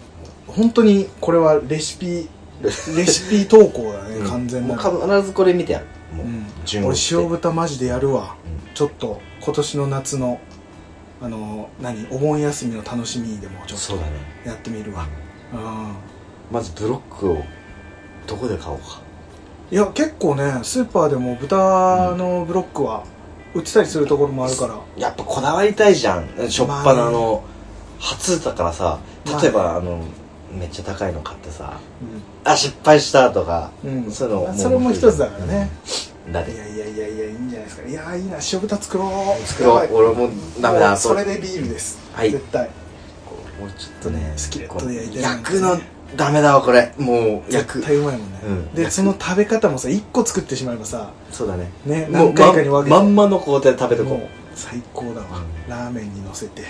[SPEAKER 2] 本当にこれはレシ
[SPEAKER 1] (laughs)
[SPEAKER 2] ピレシピ投稿だね完全なる
[SPEAKER 1] もう必ずこれ見てやる。もう、
[SPEAKER 2] うん
[SPEAKER 1] 順を追
[SPEAKER 2] 俺塩
[SPEAKER 1] って
[SPEAKER 2] 豚マジでやるわ
[SPEAKER 1] う
[SPEAKER 2] ちょっと今年の夏のあの何お盆休みの楽しみでもちょっ
[SPEAKER 1] そうだね。
[SPEAKER 2] とやってみるわうん
[SPEAKER 1] まずブロックを、どこで買おうか。
[SPEAKER 2] いや結構ねスーパーでも豚のブロックは売ってたりするところもあるから
[SPEAKER 1] やっぱこだわりたいじゃん。しょっぱなあの、初だからさ、例えば、あの、めっちゃ高いの買ってさ、あ、失敗したとか、
[SPEAKER 2] うんうん
[SPEAKER 1] そういうの
[SPEAKER 2] あ
[SPEAKER 1] も
[SPEAKER 2] それも一つだからね
[SPEAKER 1] だっ
[SPEAKER 2] い
[SPEAKER 1] て
[SPEAKER 2] やいやいやいやいいんじゃないですかいやいいな塩豚作ろう
[SPEAKER 1] 作ろう
[SPEAKER 2] やばい
[SPEAKER 1] 俺もダメだ
[SPEAKER 2] もうそれ
[SPEAKER 1] こ
[SPEAKER 2] でビールです
[SPEAKER 1] はい
[SPEAKER 2] 絶対
[SPEAKER 1] 俺ちょっとね
[SPEAKER 2] スキレットで焼いてる
[SPEAKER 1] 焼くのダメだわこれもう焼
[SPEAKER 2] 絶
[SPEAKER 1] く
[SPEAKER 2] 対うまいもん
[SPEAKER 1] う
[SPEAKER 2] ね
[SPEAKER 1] ん
[SPEAKER 2] でその食べ方もさ1個作ってしまえばさ
[SPEAKER 1] そうだね
[SPEAKER 2] ね
[SPEAKER 1] も
[SPEAKER 2] 何
[SPEAKER 1] う
[SPEAKER 2] 回かに分けて
[SPEAKER 1] まんまんまの工程で食べてこ
[SPEAKER 2] も
[SPEAKER 1] う
[SPEAKER 2] う最高だわ
[SPEAKER 1] うん
[SPEAKER 2] ラーメンにのせて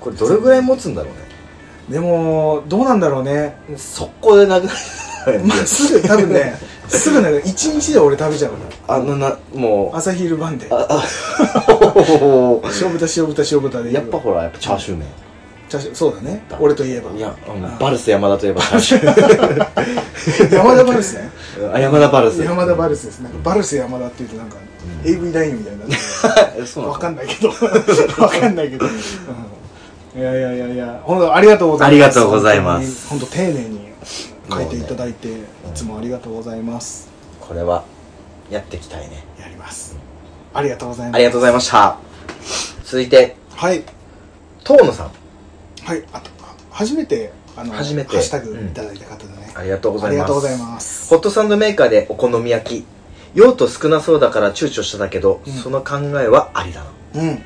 [SPEAKER 1] これどれぐらい持つんだろう
[SPEAKER 2] で
[SPEAKER 1] ね
[SPEAKER 2] もどうなんだろうね
[SPEAKER 1] 速攻でなくなる
[SPEAKER 2] (laughs) まあすぐ多分ねすぐなんか一日で俺食べちゃうから
[SPEAKER 1] (laughs) あのなもう
[SPEAKER 2] 朝昼晩で
[SPEAKER 1] ああおー
[SPEAKER 2] 塩豚塩豚塩豚で
[SPEAKER 1] やっぱほらやっぱチャーシュー麺
[SPEAKER 2] チャーシューそうだね俺といえば
[SPEAKER 1] いやあ
[SPEAKER 2] あ
[SPEAKER 1] のバルス山田といえばチャーシュ
[SPEAKER 2] 山田バルスね
[SPEAKER 1] ー (laughs) あ山田バルス
[SPEAKER 2] 山田バルスですねバルス山田っていうとなんか
[SPEAKER 1] うん
[SPEAKER 2] AV 男優みたいになってる
[SPEAKER 1] ス (laughs) そう
[SPEAKER 2] わ
[SPEAKER 1] な
[SPEAKER 2] か
[SPEAKER 1] の
[SPEAKER 2] んないけど (laughs) わかんないけど、うんいやいやいやいや本当ありがとうございます
[SPEAKER 1] ありがとうございます
[SPEAKER 2] 本当に本当丁寧に書いていただいて、いつもありがとうございます
[SPEAKER 1] これはやっていきたいね
[SPEAKER 2] やりますありがとうございます
[SPEAKER 1] ありがとうございました続いて
[SPEAKER 2] はい
[SPEAKER 1] 遠野さん
[SPEAKER 2] はいあとあ初めてあの
[SPEAKER 1] 初めて
[SPEAKER 2] ハッシュタグいただいた方だね、
[SPEAKER 1] ありがとうご
[SPEAKER 2] あ
[SPEAKER 1] ざい
[SPEAKER 2] りが
[SPEAKER 1] ま
[SPEAKER 2] とうご
[SPEAKER 1] す
[SPEAKER 2] ざいます
[SPEAKER 1] ホットサンドメーカーでお好み焼き用途少なそうだから躊躇しただけど、
[SPEAKER 2] うん
[SPEAKER 1] その考えはありだな、
[SPEAKER 2] うん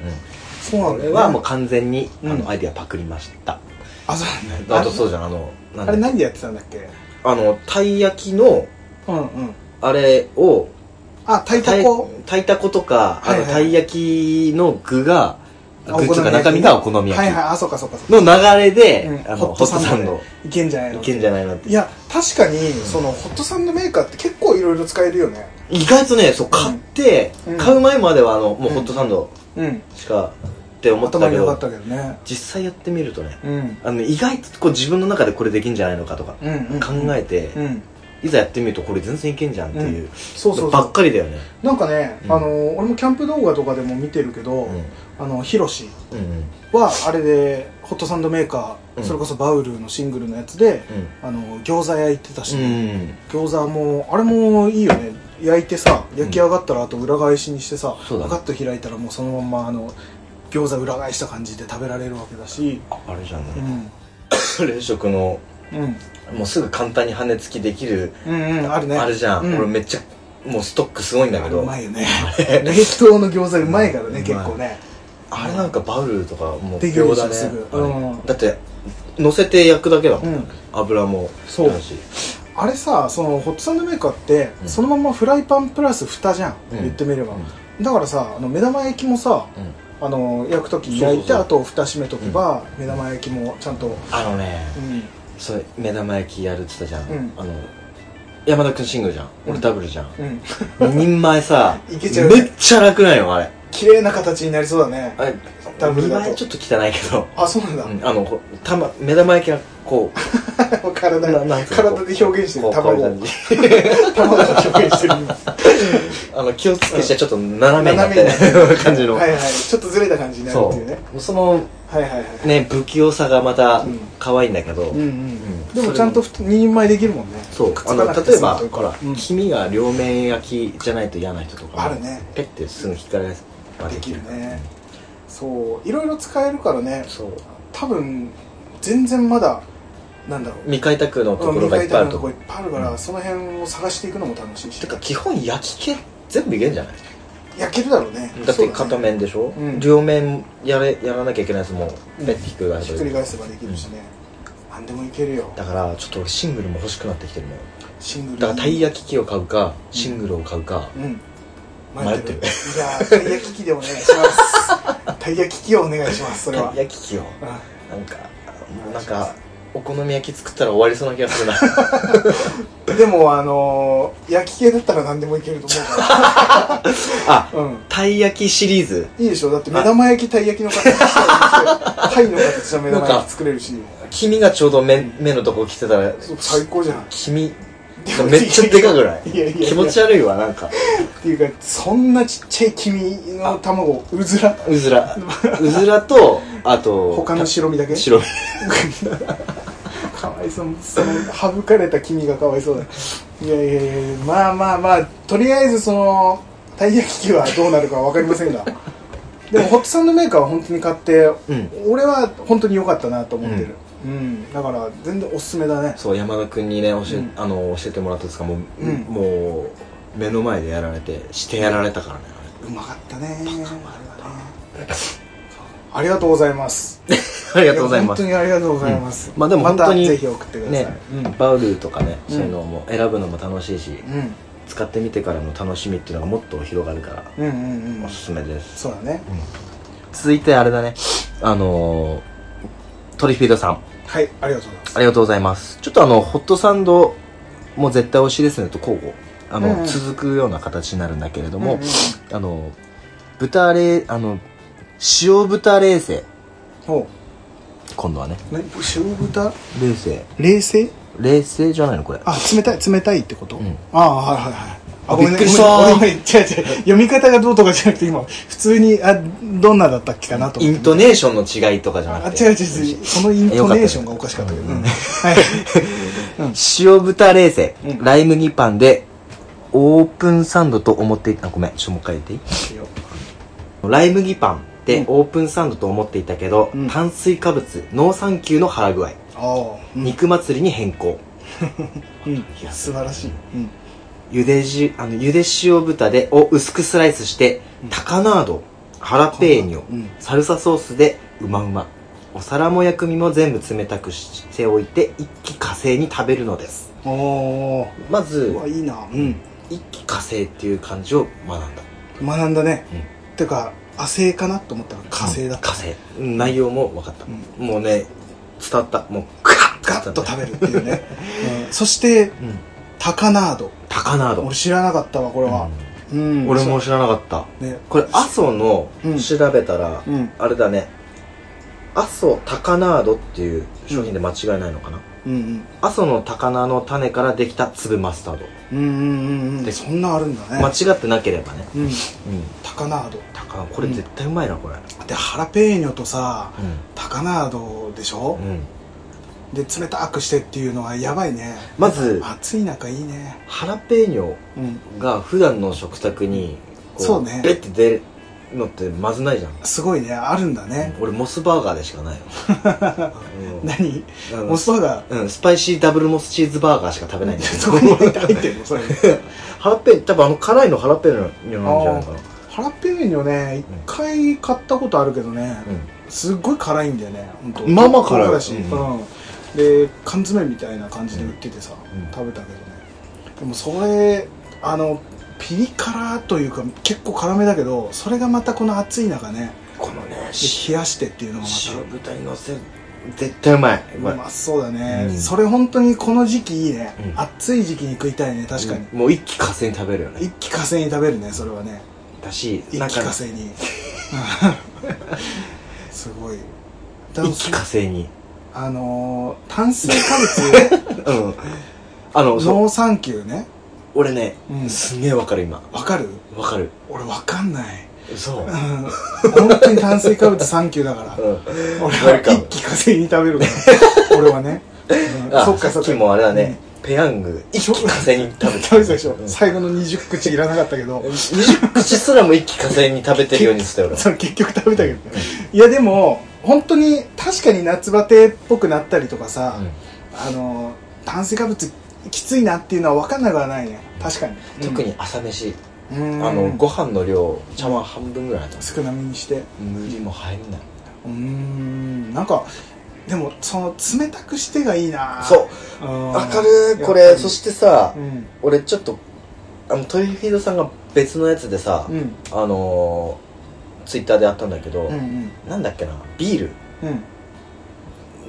[SPEAKER 2] そうなん
[SPEAKER 1] こ
[SPEAKER 2] だ
[SPEAKER 1] れ
[SPEAKER 2] よね
[SPEAKER 1] はもう完全に、
[SPEAKER 2] うん
[SPEAKER 1] あのアイディアパクりました
[SPEAKER 2] あそうなんだ
[SPEAKER 1] あとそううじゃんあのなん
[SPEAKER 2] あ
[SPEAKER 1] だ
[SPEAKER 2] れ何でやってたんだっけ
[SPEAKER 1] あのたい焼きの
[SPEAKER 2] うんうん
[SPEAKER 1] あれを
[SPEAKER 2] あ炊いたこ
[SPEAKER 1] 炊いたことか、
[SPEAKER 2] はいはい
[SPEAKER 1] あのたい焼きの具が具
[SPEAKER 2] あお好み焼き
[SPEAKER 1] というか中身がお好み焼き、
[SPEAKER 2] はいはいあそうかそうかそうか
[SPEAKER 1] の流れで、
[SPEAKER 2] うん
[SPEAKER 1] あのホ
[SPEAKER 2] ホット
[SPEAKER 1] ッ
[SPEAKER 2] サ
[SPEAKER 1] ト
[SPEAKER 2] ンド
[SPEAKER 1] サンド
[SPEAKER 2] いけんじゃない
[SPEAKER 1] い
[SPEAKER 2] の
[SPEAKER 1] けんじゃないなって
[SPEAKER 2] いや確かにそのホットサンドメーカーって結構いろいろ使えるよね
[SPEAKER 1] 意外とねそう買って、
[SPEAKER 2] うん
[SPEAKER 1] 買う前まではあのもううんホットサンド
[SPEAKER 2] うん
[SPEAKER 1] しかって思って
[SPEAKER 2] 頭
[SPEAKER 1] たけ
[SPEAKER 2] にな
[SPEAKER 1] ど、
[SPEAKER 2] かったけどね
[SPEAKER 1] 実際やってみるとね
[SPEAKER 2] うん
[SPEAKER 1] あの意外とこう自分の中でこれできんじゃないのかとか
[SPEAKER 2] うんうん
[SPEAKER 1] 考えて、
[SPEAKER 2] うん
[SPEAKER 1] いざやってみるとこれ全然いけんじゃんっていう、
[SPEAKER 2] そうそうそ
[SPEAKER 1] ばっ
[SPEAKER 2] う
[SPEAKER 1] かりだよね
[SPEAKER 2] なんかね
[SPEAKER 1] うん
[SPEAKER 2] あの俺もキャンプ動画とかでも見てるけ
[SPEAKER 1] う
[SPEAKER 2] ど
[SPEAKER 1] ん
[SPEAKER 2] あのヒロシ
[SPEAKER 1] うんうん
[SPEAKER 2] はあれでホットサンドメーカ
[SPEAKER 1] う
[SPEAKER 2] ー
[SPEAKER 1] ん
[SPEAKER 2] それこそバウルのシングルのやつであの餃子焼いてたし、
[SPEAKER 1] うん
[SPEAKER 2] 餃子もあれもいいよね焼いてさ焼き上がったらあと裏返しにしてさ、
[SPEAKER 1] そうだね
[SPEAKER 2] パカッと開いたらもうそのまんまあの餃子裏返した感じで食べられるわけだし
[SPEAKER 1] ああれじゃ
[SPEAKER 2] う
[SPEAKER 1] ない、
[SPEAKER 2] ん
[SPEAKER 1] 冷食の
[SPEAKER 2] うん
[SPEAKER 1] もうすぐ簡単に羽根付きできる、
[SPEAKER 2] うんうんあるね
[SPEAKER 1] あれじゃん、
[SPEAKER 2] うん
[SPEAKER 1] 俺めっちゃもうストックすごいんだけ
[SPEAKER 2] あれう
[SPEAKER 1] ど
[SPEAKER 2] まいよ
[SPEAKER 1] (laughs)
[SPEAKER 2] ね冷凍の餃子うまいからね、
[SPEAKER 1] うん
[SPEAKER 2] 結構ね
[SPEAKER 1] あれなんかバウルとかもう
[SPEAKER 2] できるでしょ
[SPEAKER 1] 秒だね
[SPEAKER 2] すぐ
[SPEAKER 1] あれ
[SPEAKER 2] うん
[SPEAKER 1] だって乗せて焼くだけだも、
[SPEAKER 2] うんん
[SPEAKER 1] 油も
[SPEAKER 2] そう
[SPEAKER 1] だし
[SPEAKER 2] あれさそのホットサンドメーカーって、
[SPEAKER 1] うん
[SPEAKER 2] そのままフライパンプラス蓋じゃん、
[SPEAKER 1] うん
[SPEAKER 2] 言ってみれば、
[SPEAKER 1] うん
[SPEAKER 2] だからさあの目玉焼きもさ
[SPEAKER 1] うん
[SPEAKER 2] あの焼く時
[SPEAKER 1] そうそうそう
[SPEAKER 2] 焼いてあと蓋閉めとけば、目玉焼きもちゃんと
[SPEAKER 1] あのね
[SPEAKER 2] うん
[SPEAKER 1] それ目玉焼きやるって言ったじゃん、
[SPEAKER 2] うん
[SPEAKER 1] あの山田君シングルじゃん
[SPEAKER 2] う
[SPEAKER 1] 俺
[SPEAKER 2] ん
[SPEAKER 1] ダブルじゃん、
[SPEAKER 2] うん
[SPEAKER 1] 二人前さ
[SPEAKER 2] (laughs) いけちゃうね
[SPEAKER 1] めっちゃ楽なんよあれ
[SPEAKER 2] 綺麗な形になりそうだね
[SPEAKER 1] あれ
[SPEAKER 2] ダブルだと
[SPEAKER 1] 二枚ちょっと汚いけど
[SPEAKER 2] あそうなんだ、
[SPEAKER 1] うんあのこうたま目玉焼きがこう
[SPEAKER 2] (laughs) 体
[SPEAKER 1] な
[SPEAKER 2] が
[SPEAKER 1] なんつうの
[SPEAKER 2] 体で表現して
[SPEAKER 1] こ
[SPEAKER 2] る
[SPEAKER 1] うこういう
[SPEAKER 2] 卵を
[SPEAKER 1] 感じ
[SPEAKER 2] 卵で表現してる
[SPEAKER 1] あの気をつけしてちょっと斜めになっ
[SPEAKER 2] 斜めになって
[SPEAKER 1] てる (laughs) 感じの、
[SPEAKER 2] はいはいちょっとずれた感じになる
[SPEAKER 1] そ
[SPEAKER 2] っていうね
[SPEAKER 1] うその
[SPEAKER 2] はいはいはい、
[SPEAKER 1] ね不器用さがまた
[SPEAKER 2] うん
[SPEAKER 1] 可愛いんだけど、
[SPEAKER 2] うんうん、
[SPEAKER 1] ん
[SPEAKER 2] でもちゃんと2人前できるもんね
[SPEAKER 1] そう
[SPEAKER 2] くっつ
[SPEAKER 1] あ
[SPEAKER 2] かな
[SPEAKER 1] の
[SPEAKER 2] くて
[SPEAKER 1] 例え
[SPEAKER 2] 済
[SPEAKER 1] ば
[SPEAKER 2] むというか
[SPEAKER 1] ほら、
[SPEAKER 2] うん
[SPEAKER 1] 黄身が両面焼きじゃないと嫌な人とか
[SPEAKER 2] あるね
[SPEAKER 1] ペッてすぐ引っかかれば
[SPEAKER 2] できるねそういろいろ使えるからね
[SPEAKER 1] そう
[SPEAKER 2] 多分全然まだなんだろう
[SPEAKER 1] 未開拓のところがいっぱいあると
[SPEAKER 2] とこ
[SPEAKER 1] こ
[SPEAKER 2] いっぱいあるから、その辺を探していくのも楽しいして
[SPEAKER 1] か基本焼き系全部いけんじゃない
[SPEAKER 2] 焼けるだろうね
[SPEAKER 1] だっ
[SPEAKER 2] そうね
[SPEAKER 1] て片面でしょ、
[SPEAKER 2] うん
[SPEAKER 1] 両面やれやらなきゃいけないやつも
[SPEAKER 2] うん
[SPEAKER 1] ペッてひっくり返
[SPEAKER 2] ひ
[SPEAKER 1] せ
[SPEAKER 2] っ
[SPEAKER 1] ば
[SPEAKER 2] く
[SPEAKER 1] い
[SPEAKER 2] り
[SPEAKER 1] い
[SPEAKER 2] 返せばできるしね、なん、何でもいけるよ
[SPEAKER 1] だからちょっと俺シングルも欲しくなってきてるもん
[SPEAKER 2] シングル
[SPEAKER 1] だからたい焼き器を買うかシングルを買うか、
[SPEAKER 2] うん
[SPEAKER 1] 迷ってる
[SPEAKER 2] いやーたい焼き器でお願いします
[SPEAKER 1] (laughs)
[SPEAKER 2] たい焼き器をお願いしますそれは
[SPEAKER 1] たい焼き器
[SPEAKER 2] う
[SPEAKER 1] を
[SPEAKER 2] ん
[SPEAKER 1] なんかもうなんかお好み焼き作ったら終わりそうな気がするな
[SPEAKER 2] (laughs)
[SPEAKER 1] あ
[SPEAKER 2] でもあのー、焼き系だったら何でもいけると思うか
[SPEAKER 1] あ
[SPEAKER 2] らうん
[SPEAKER 1] たい焼きシリーズ
[SPEAKER 2] いいでしょだって目玉焼きたい焼きの形したタイの形の目玉
[SPEAKER 1] な
[SPEAKER 2] 焼
[SPEAKER 1] んか
[SPEAKER 2] き作れるし
[SPEAKER 1] 黄身がちょうど目目のとこ来てたら
[SPEAKER 2] そう最高じゃん
[SPEAKER 1] 黄身めっちゃでかくな
[SPEAKER 2] い
[SPEAKER 1] い
[SPEAKER 2] やいやいや
[SPEAKER 1] 気持ち悪いわなんか
[SPEAKER 2] っていうかそんなちっちゃい黄身の卵うずら
[SPEAKER 1] う
[SPEAKER 2] (laughs)
[SPEAKER 1] ずらうずらとあと
[SPEAKER 2] 他の白身だけ
[SPEAKER 1] 白身
[SPEAKER 2] (laughs) かわいそうその省かれた黄身がかわいそうだいやいやいやまあまあまあとりあえずそのたい焼き器はどうなるかわかりませんが (laughs) でもホットサンドメーカーは本当に買って、
[SPEAKER 1] うん
[SPEAKER 2] 俺は本当に良かったなと思ってるうん、だから全然おすすめだね
[SPEAKER 1] そう山田君にね教え,、
[SPEAKER 2] うん
[SPEAKER 1] あの教えてもらったんですかもう、
[SPEAKER 2] うん
[SPEAKER 1] もう目の前でやられてしてやられたからね
[SPEAKER 2] うまかったねあれはねありがとうございます
[SPEAKER 1] ありがとうございます
[SPEAKER 2] や本当にありがとうございます、
[SPEAKER 1] まあでも本当に
[SPEAKER 2] またぜひ送ってください、
[SPEAKER 1] ね、バウルとかね、
[SPEAKER 2] うん
[SPEAKER 1] そういうのも選ぶのも楽しいし、
[SPEAKER 2] うん
[SPEAKER 1] 使ってみてからの楽しみっていうのがもっと広がるから、
[SPEAKER 2] うんうんうん
[SPEAKER 1] おすすめです
[SPEAKER 2] そうだね
[SPEAKER 1] 続いてあれだねあのー、トリフィードさん
[SPEAKER 2] はいありがとうございます
[SPEAKER 1] ありがとうございますちょっとあのホットサンドも絶対推しですねと交互あの、
[SPEAKER 2] うんうん
[SPEAKER 1] 続くような形になるんだけれども、
[SPEAKER 2] うんうん
[SPEAKER 1] あの豚レあの塩豚冷製
[SPEAKER 2] ほ
[SPEAKER 1] 今度はね
[SPEAKER 2] うね塩豚
[SPEAKER 1] 冷製
[SPEAKER 2] 冷製
[SPEAKER 1] 冷製じゃないのこれ
[SPEAKER 2] あ冷たい冷たいってこと、
[SPEAKER 1] うん
[SPEAKER 2] ああはいはいはいあ
[SPEAKER 1] びっくりした
[SPEAKER 2] ごめんごめんごめん違う違う読み方がどうとかじゃなくて今普通にあどんなだったっけかなと
[SPEAKER 1] イ
[SPEAKER 2] 思って
[SPEAKER 1] ントネーションの違いとかじゃ
[SPEAKER 2] あ
[SPEAKER 1] なく
[SPEAKER 2] 違う違う
[SPEAKER 1] て
[SPEAKER 2] 違うそのイントネーションがおかしかったけど、
[SPEAKER 1] よかった
[SPEAKER 2] うん
[SPEAKER 1] ね
[SPEAKER 2] はい
[SPEAKER 1] 塩豚冷製、
[SPEAKER 2] うん
[SPEAKER 1] ライ麦パンでオープンサンドと思っていたあごめんちょっともう一回言っていいライ麦パンでオープンサンドと思っていたけど、
[SPEAKER 2] うん
[SPEAKER 1] 炭水化物ノーサンキューの腹具合、
[SPEAKER 2] ああ、うん
[SPEAKER 1] 肉祭りに変更
[SPEAKER 2] うん
[SPEAKER 1] いや
[SPEAKER 2] 素晴らしい、うん、
[SPEAKER 1] ゆでじあのゆで塩豚でを薄くスライスして、タカナードハラペーニョ、
[SPEAKER 2] うん
[SPEAKER 1] サルサソースでうまうまお皿も薬味も全部冷たくしておいて一気火星に食べるのです
[SPEAKER 2] おお
[SPEAKER 1] まず
[SPEAKER 2] うわいいなうん
[SPEAKER 1] 一気火星っていう漢字を学んだ
[SPEAKER 2] 学んだね、
[SPEAKER 1] うん
[SPEAKER 2] っていうか亜星かなと思ったら火星だった、
[SPEAKER 1] 火星内容も分かった、
[SPEAKER 2] うん
[SPEAKER 1] もうね伝わったもうガッ
[SPEAKER 2] ガッと食
[SPEAKER 1] べ
[SPEAKER 2] べるっていうね、うんそして
[SPEAKER 1] うん
[SPEAKER 2] タカナード
[SPEAKER 1] タカナード
[SPEAKER 2] 俺知らなかったわこれは、うん
[SPEAKER 1] うん俺も知らなかった
[SPEAKER 2] そうね
[SPEAKER 1] これ阿蘇の
[SPEAKER 2] うん
[SPEAKER 1] 調べたら、
[SPEAKER 2] うん
[SPEAKER 1] あれだね阿蘇タカナードっていう商品で間違いないのかな、
[SPEAKER 2] うん
[SPEAKER 1] 阿蘇の高菜の種からできた粒マスタード、
[SPEAKER 2] うんうんうんうんう
[SPEAKER 1] で
[SPEAKER 2] んそんなあるんだね、
[SPEAKER 1] 間違ってなければね
[SPEAKER 2] うん
[SPEAKER 1] うん
[SPEAKER 2] タカナード
[SPEAKER 1] 高菜これ絶対うまいなこれ
[SPEAKER 2] でハラペーニョとさ
[SPEAKER 1] う
[SPEAKER 2] タカナードでしょ
[SPEAKER 1] ん、、うん、
[SPEAKER 2] で冷たくしてっていうのはやばいね
[SPEAKER 1] まず
[SPEAKER 2] 暑い中いいね
[SPEAKER 1] ハラペーニョ
[SPEAKER 2] うん
[SPEAKER 1] が普段の食卓にこ
[SPEAKER 2] そうね
[SPEAKER 1] ベッて出るのってまずないじゃん
[SPEAKER 2] すごいねあるんだね、
[SPEAKER 1] 俺モスバーガーでしかないの
[SPEAKER 2] (laughs)
[SPEAKER 1] うん
[SPEAKER 2] 何
[SPEAKER 1] あの
[SPEAKER 2] モスバーガー
[SPEAKER 1] うん、スパイシーダブルモスチーズバーガーしか
[SPEAKER 2] (laughs)
[SPEAKER 1] 食べないんだけ
[SPEAKER 2] そこに入っ
[SPEAKER 1] ど
[SPEAKER 2] て入ってるの (laughs) それ
[SPEAKER 1] (laughs) ハラペー多分あの辛いのハラペーニョなんじゃないかな
[SPEAKER 2] ハラペーニョね一回買ったことあるけどね、
[SPEAKER 1] う
[SPEAKER 2] すっごい辛いんだよね本当
[SPEAKER 1] まあまあ辛い
[SPEAKER 2] だし、
[SPEAKER 1] う
[SPEAKER 2] うんんで缶詰みたいな感じで売っててさ、
[SPEAKER 1] うん
[SPEAKER 2] 食べたけどねでもそれあのピリ辛というか結構辛めだけどそれがまたこの暑い中ね
[SPEAKER 1] このね
[SPEAKER 2] で冷やしてっていうのが
[SPEAKER 1] 塩
[SPEAKER 2] ま
[SPEAKER 1] 豚にのせる絶対うまい
[SPEAKER 2] たうまそうだね、
[SPEAKER 1] うん
[SPEAKER 2] それ本当にこの時期いいね、
[SPEAKER 1] うん
[SPEAKER 2] 暑い時期に食いたいね確かに、
[SPEAKER 1] うんもう一気火星に食べるよね
[SPEAKER 2] 一気火星に食べるねそれはね
[SPEAKER 1] だし
[SPEAKER 2] 一気
[SPEAKER 1] なん
[SPEAKER 2] 火
[SPEAKER 1] か
[SPEAKER 2] 星
[SPEAKER 1] (laughs)
[SPEAKER 2] にすごいだ
[SPEAKER 1] 一気火星に
[SPEAKER 2] あのー、炭水化物
[SPEAKER 1] うんあのそう
[SPEAKER 2] ノーサンキューね
[SPEAKER 1] 俺ね
[SPEAKER 2] うん
[SPEAKER 1] すんげえわかる今
[SPEAKER 2] わかる
[SPEAKER 1] わかる
[SPEAKER 2] 俺わかんない
[SPEAKER 1] そ
[SPEAKER 2] う
[SPEAKER 1] う
[SPEAKER 2] ん本当に炭水化物サンキューだから
[SPEAKER 1] うん
[SPEAKER 2] 俺
[SPEAKER 1] わ
[SPEAKER 2] は
[SPEAKER 1] かる
[SPEAKER 2] 一気稼ぎに食べる
[SPEAKER 1] (laughs)
[SPEAKER 2] から俺はね、うん
[SPEAKER 1] あ
[SPEAKER 2] そっかそ
[SPEAKER 1] さ
[SPEAKER 2] っ
[SPEAKER 1] っ
[SPEAKER 2] か
[SPEAKER 1] きもあれだねペヤング一気火星に食べて
[SPEAKER 2] 食べたでしょ、
[SPEAKER 1] うん
[SPEAKER 2] 最後の20口いらなかったけど
[SPEAKER 1] 20口すらも一気火星に食べてるようにしてたよ俺
[SPEAKER 2] それ結局食べたけどねいやでも本当に確かに夏バテっぽくなったりとかさ、あのー、炭水化物きついなっていうのは分かんなくはないね確かに
[SPEAKER 1] 特に朝飯
[SPEAKER 2] うん
[SPEAKER 1] あのご飯の量茶碗半分ぐらいあった
[SPEAKER 2] 少なめにして
[SPEAKER 1] 無理も入んないう
[SPEAKER 2] ーんなんかでもその冷たくしてがいいな
[SPEAKER 1] そ
[SPEAKER 2] う
[SPEAKER 1] う
[SPEAKER 2] ーん
[SPEAKER 1] わかるこ
[SPEAKER 2] やっ
[SPEAKER 1] れ
[SPEAKER 2] ぱり
[SPEAKER 1] そしてさ
[SPEAKER 2] うん
[SPEAKER 1] 俺ちょっとあのトリフィードさんが別のやつでさ
[SPEAKER 2] うん
[SPEAKER 1] あのーツイッターであったんだけど
[SPEAKER 2] うんうん
[SPEAKER 1] なんだっけなビール
[SPEAKER 2] うん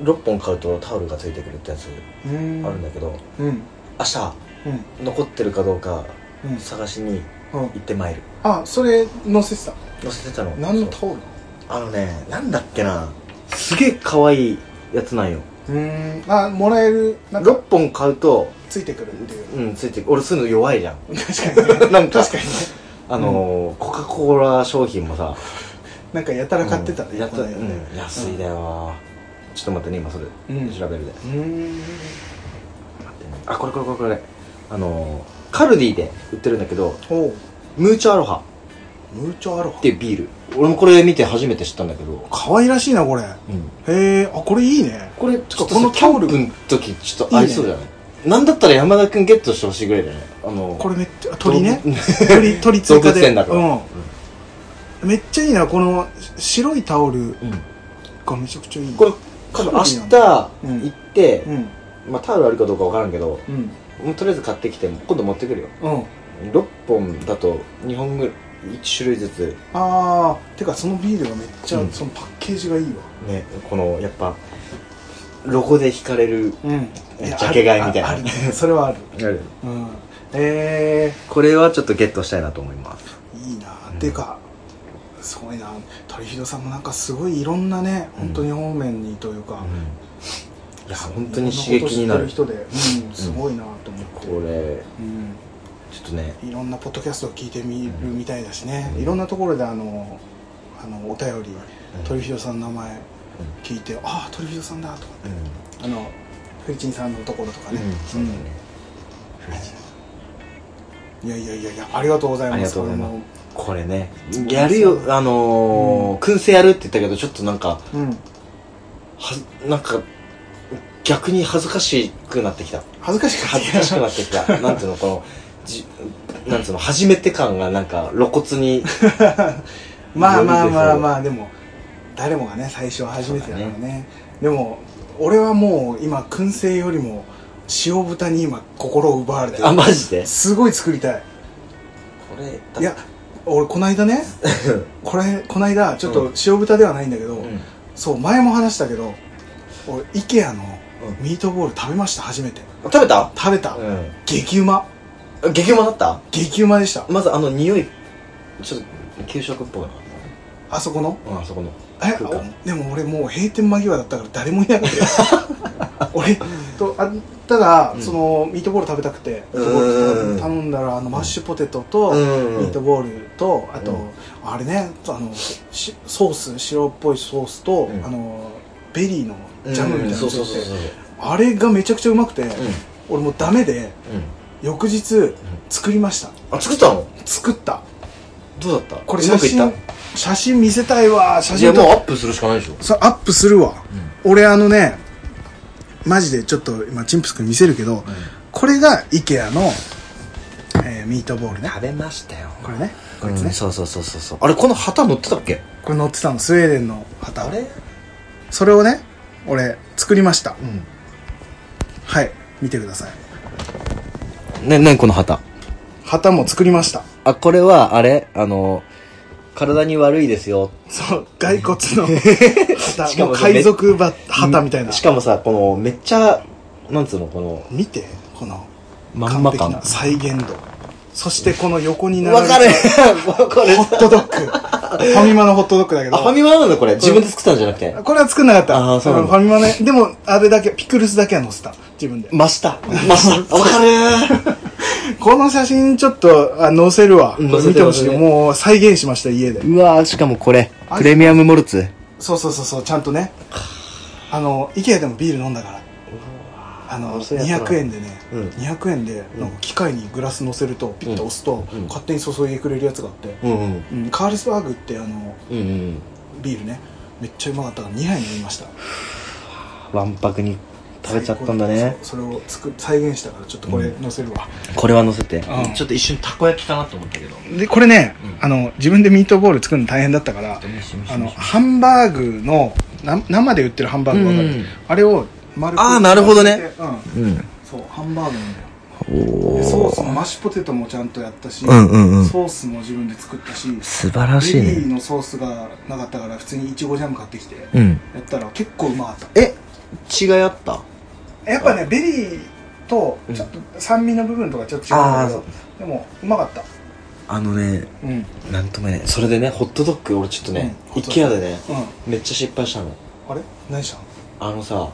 [SPEAKER 1] 6本買うとタオルがついてくるってやつ
[SPEAKER 2] うーん
[SPEAKER 1] あるんだけど
[SPEAKER 2] うん
[SPEAKER 1] 明日
[SPEAKER 2] うん
[SPEAKER 1] 残ってるかどうか
[SPEAKER 2] うん
[SPEAKER 1] 探しに
[SPEAKER 2] うん
[SPEAKER 1] 行ってまいる
[SPEAKER 2] あそれ載せて
[SPEAKER 1] 載せてたの
[SPEAKER 2] た何の
[SPEAKER 1] そう
[SPEAKER 2] タオル
[SPEAKER 1] あのねなんだっけなすげえ可愛いやつなんよ
[SPEAKER 2] うーんあもらえるなんか
[SPEAKER 1] 6本買うと
[SPEAKER 2] ついてくるっていう
[SPEAKER 1] うんついて俺そういうの弱いじゃん
[SPEAKER 2] (laughs) 確かにね
[SPEAKER 1] なんか
[SPEAKER 2] 確かにね
[SPEAKER 1] あのーコカ・コーラ商品もさ
[SPEAKER 2] (laughs) なんかやたら買ってたね
[SPEAKER 1] うんやった
[SPEAKER 2] こ
[SPEAKER 1] う
[SPEAKER 2] の間ね
[SPEAKER 1] ん安いだよちょっと待ってね今それ
[SPEAKER 2] うん
[SPEAKER 1] 調べるで
[SPEAKER 2] うーん
[SPEAKER 1] 待ってねあこれこれこれこれあのーカルディで売ってるんだけど
[SPEAKER 2] おう
[SPEAKER 1] ムーチョアロハ
[SPEAKER 2] ムーチョアロハ
[SPEAKER 1] っていうビール俺もこれ見て初めて知ったんだけど
[SPEAKER 2] 可愛らしいなこれへ
[SPEAKER 1] うん
[SPEAKER 2] えあこれいいね
[SPEAKER 1] これ
[SPEAKER 2] ちょっとこの
[SPEAKER 1] キャン
[SPEAKER 2] タオ
[SPEAKER 1] プ
[SPEAKER 2] ル
[SPEAKER 1] の時ちょっと合いそうじゃないなんだったら山田君ゲットしてほしいぐらいだよねあの
[SPEAKER 2] これめっちゃ鳥ね (laughs)
[SPEAKER 1] 動
[SPEAKER 2] 鳥鳥追加で
[SPEAKER 1] 動物園だから
[SPEAKER 2] うんめっちゃいいなこのし白いタオル
[SPEAKER 1] うん
[SPEAKER 2] がめちゃくちゃいい
[SPEAKER 1] これ多分明日行って、
[SPEAKER 2] うん
[SPEAKER 1] まあ、タオルあるかどうか分からんけど
[SPEAKER 2] うん
[SPEAKER 1] もうとりあえず買ってきて今度持ってくるよ
[SPEAKER 2] うん
[SPEAKER 1] 6本だと2本ぐらい1種類ずつ
[SPEAKER 2] ああてかそのビールがめっちゃ、
[SPEAKER 1] うん
[SPEAKER 2] そのパッケージがいいわ
[SPEAKER 1] ねこのやっぱロゴで惹かれる
[SPEAKER 2] うん
[SPEAKER 1] ジャケ買いみたいな
[SPEAKER 2] あるねそれ
[SPEAKER 1] (laughs)
[SPEAKER 2] はあるうんえ
[SPEAKER 1] これはちょっとゲットしたいなと思います
[SPEAKER 2] えいいな、
[SPEAKER 1] うん
[SPEAKER 2] てかすごいな鳥ひどさんもなんかすごいいろんなね
[SPEAKER 1] うん
[SPEAKER 2] 本当に方面にというか、
[SPEAKER 1] いや本当に刺激になる
[SPEAKER 2] いろんなこと知ってる人で、うん、すごいなと思って、
[SPEAKER 1] これ
[SPEAKER 2] うん
[SPEAKER 1] ちょっとね
[SPEAKER 2] いろんなポッドキャストを聞いてみるみたいだしね、
[SPEAKER 1] うん
[SPEAKER 2] いろんなところであのあのお便り、鳥ひろさんの名前聞いて、ああ鳥ひろさんだとか
[SPEAKER 1] うん
[SPEAKER 2] あのフリチンさんのところとかね、
[SPEAKER 1] そうだね
[SPEAKER 2] いやいやいやいやありがとうございます
[SPEAKER 1] ありがとうございます
[SPEAKER 2] これも
[SPEAKER 1] これねやるよあのー燻製やるって言ったけどちょっとなんか
[SPEAKER 2] うん、
[SPEAKER 1] はなんか逆に恥ずかしくなってきた
[SPEAKER 2] 恥ずか
[SPEAKER 1] (laughs)
[SPEAKER 2] しく
[SPEAKER 1] 恥ずかしく
[SPEAKER 2] な
[SPEAKER 1] なってきたなんていうのこのじなんつうの初めて感がなんか露骨 (laughs) に
[SPEAKER 2] まあまあまあ
[SPEAKER 1] あ
[SPEAKER 2] まあでも誰もがね最初は初めてだからねでも俺はもう今燻製よりも塩豚に今心を奪われてる
[SPEAKER 1] あマジです
[SPEAKER 2] ごい作りたい
[SPEAKER 1] これ
[SPEAKER 2] いや俺この間ねこれこの間ちょっと塩豚ではないんだけど、
[SPEAKER 1] (laughs) うんうん
[SPEAKER 2] そう前も話したけど俺 IKEA の
[SPEAKER 1] うん
[SPEAKER 2] ミートボール食べました初めて
[SPEAKER 1] 食べた
[SPEAKER 2] 食べた、
[SPEAKER 1] う
[SPEAKER 2] 激うま
[SPEAKER 1] ん激うまだった
[SPEAKER 2] 激うまでした
[SPEAKER 1] まずあの匂いちょっと給食っぽくなかっ
[SPEAKER 2] あそこの
[SPEAKER 1] たうんあそこの
[SPEAKER 2] え
[SPEAKER 1] 空間
[SPEAKER 2] おでも俺もう閉店間際だったから誰もい
[SPEAKER 1] (laughs)
[SPEAKER 2] なくて俺とあただ、
[SPEAKER 1] うん
[SPEAKER 2] そのミートボール食べたくてミートボール頼んだらあのマッシュポテトと、
[SPEAKER 1] うん
[SPEAKER 2] ミートボールとあと、
[SPEAKER 1] うん
[SPEAKER 2] あれねあのしソース白っぽいソースと、
[SPEAKER 1] うん
[SPEAKER 2] あのベリーのジャムみたいなの
[SPEAKER 1] そう
[SPEAKER 2] つ
[SPEAKER 1] そう
[SPEAKER 2] い
[SPEAKER 1] そうそ
[SPEAKER 2] て
[SPEAKER 1] う
[SPEAKER 2] あれがめちゃくちゃうまくて、
[SPEAKER 1] う
[SPEAKER 2] 俺もうダメで
[SPEAKER 1] んうん
[SPEAKER 2] 翌日作りました
[SPEAKER 1] あ作ったの
[SPEAKER 2] 作った
[SPEAKER 1] どうだった
[SPEAKER 2] これ
[SPEAKER 1] うま
[SPEAKER 2] 写
[SPEAKER 1] くいっ
[SPEAKER 2] 真写真見せたいわ
[SPEAKER 1] た
[SPEAKER 2] 写
[SPEAKER 1] いや
[SPEAKER 2] 真
[SPEAKER 1] もう
[SPEAKER 2] と
[SPEAKER 1] アップするしかないでしょ
[SPEAKER 2] さアップするわ、俺あのねマジでちょっと今チンプス君見せるけど、これが IKEA の、えーミートボールね
[SPEAKER 1] 食べましたよ
[SPEAKER 2] これねこ
[SPEAKER 1] う
[SPEAKER 2] いつね、
[SPEAKER 1] んそうそうそうそうそうあれこの旗乗ってたっけ
[SPEAKER 2] これ乗ってたのスウェーデンの旗
[SPEAKER 1] あれ
[SPEAKER 2] それをね俺作りました
[SPEAKER 1] う
[SPEAKER 2] はい見てください
[SPEAKER 1] んねねこの旗
[SPEAKER 2] 旗も作りました
[SPEAKER 1] あこれはあれあの体に悪いですよ
[SPEAKER 2] そう骸骨の旗
[SPEAKER 1] しかも
[SPEAKER 2] もう海賊ば旗みたいな
[SPEAKER 1] しかもさこのめっちゃなんつうのこの
[SPEAKER 2] 見てこの
[SPEAKER 1] まん
[SPEAKER 2] 完
[SPEAKER 1] ま
[SPEAKER 2] 璧
[SPEAKER 1] 感
[SPEAKER 2] な再現度そしてこの横に並
[SPEAKER 1] わ
[SPEAKER 2] べ
[SPEAKER 1] か
[SPEAKER 2] た
[SPEAKER 1] る (laughs) これ
[SPEAKER 2] ホットドッグファミマのホットドッグだけど
[SPEAKER 1] あファミマなんだこれ自分で作ったんじゃなくて
[SPEAKER 2] これは作んなかった
[SPEAKER 1] あーそうなん
[SPEAKER 2] フ
[SPEAKER 1] だ
[SPEAKER 2] ァミマねでもあれだけピクルスだけは載せた自分で
[SPEAKER 1] 真下真下 (laughs) わか
[SPEAKER 2] この写真ちょっとあ載せるわ
[SPEAKER 1] うん載せて
[SPEAKER 2] 見てほしい
[SPEAKER 1] 載せて
[SPEAKER 2] もう再現しました家で
[SPEAKER 1] るうわしかもこれ
[SPEAKER 2] あ
[SPEAKER 1] プレミアムモルツ
[SPEAKER 2] そうそうそうそうちゃんとねあの IKEA でもビール飲んだからあの
[SPEAKER 1] あそうやったな
[SPEAKER 2] 200円でね、
[SPEAKER 1] うん
[SPEAKER 2] 200円でなんか機械にグラス乗せるとピッと押すと、
[SPEAKER 1] うん
[SPEAKER 2] 勝手に注いでくれるやつがあって、
[SPEAKER 1] うんうん
[SPEAKER 2] うんカールスバーグってあの
[SPEAKER 1] うんうん
[SPEAKER 2] ビールねめっちゃうまかったから2杯飲みました
[SPEAKER 1] わんぱくに食べちゃったんだね
[SPEAKER 2] そうそれを作再現したからちょっとこれ乗せるわ、
[SPEAKER 1] これは乗せて
[SPEAKER 2] うん
[SPEAKER 1] ちょっと一瞬たこ焼きかなと思ったけど
[SPEAKER 2] でこれね、
[SPEAKER 1] うん
[SPEAKER 2] あの自分でミートボール作るの大変だったからあのハンバーグのな生で売ってるハンバーグわかる、
[SPEAKER 1] うん
[SPEAKER 2] あれを丸く
[SPEAKER 1] あーなるほどね
[SPEAKER 2] うん
[SPEAKER 1] うん
[SPEAKER 2] そうハンバーグなんだよ
[SPEAKER 1] お
[SPEAKER 2] でソース
[SPEAKER 1] ー
[SPEAKER 2] のマッシュポテトもちゃんとやったし、
[SPEAKER 1] うんうんうん
[SPEAKER 2] ソースも自分で作ったし
[SPEAKER 1] 素晴らし
[SPEAKER 2] ベ
[SPEAKER 1] い
[SPEAKER 2] リー
[SPEAKER 1] ね
[SPEAKER 2] のソースがなかったから普通にいちごジャム買ってきてや
[SPEAKER 1] うん
[SPEAKER 2] ったら結構うまかっ
[SPEAKER 1] え違いあった
[SPEAKER 2] たやっぱねベリーとちょっと酸味の部分とかちょっと違うんだけ
[SPEAKER 1] あ
[SPEAKER 2] どでもうまかった
[SPEAKER 1] あのね
[SPEAKER 2] うんうん
[SPEAKER 1] なんとも言えないそれでねホットドッグ俺ちょっとね
[SPEAKER 2] うん
[SPEAKER 1] IKEA でねめっちゃ失敗したの
[SPEAKER 2] あれ何した
[SPEAKER 1] あのさ
[SPEAKER 2] の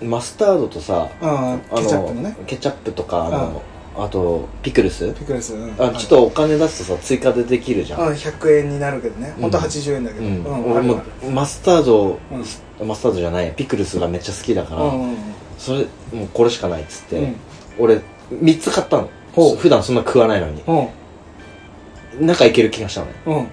[SPEAKER 2] うん
[SPEAKER 1] マスタードとさ
[SPEAKER 2] あ
[SPEAKER 1] あ
[SPEAKER 2] あケチャップのね
[SPEAKER 1] ケチャップとかあのあとピクルス
[SPEAKER 2] ピクルスうん
[SPEAKER 1] あちょっとお金出すとさ追加でできるじゃ
[SPEAKER 2] うん
[SPEAKER 1] ん
[SPEAKER 2] 100円になるけどね本当は80円だけ
[SPEAKER 1] う
[SPEAKER 2] ど
[SPEAKER 1] ん
[SPEAKER 2] うん
[SPEAKER 1] 俺も
[SPEAKER 2] ある
[SPEAKER 1] マスタード
[SPEAKER 2] ある
[SPEAKER 1] マスタードじゃないピクルスがめっちゃ好きだか
[SPEAKER 2] うん
[SPEAKER 1] ら
[SPEAKER 2] うんうん
[SPEAKER 1] それもうこれしかないっつっ
[SPEAKER 2] うん
[SPEAKER 1] て俺3つ買ったの
[SPEAKER 2] ほう
[SPEAKER 1] 普段そんな食わないのに
[SPEAKER 2] うん
[SPEAKER 1] 中いける気がしたのよ
[SPEAKER 2] うん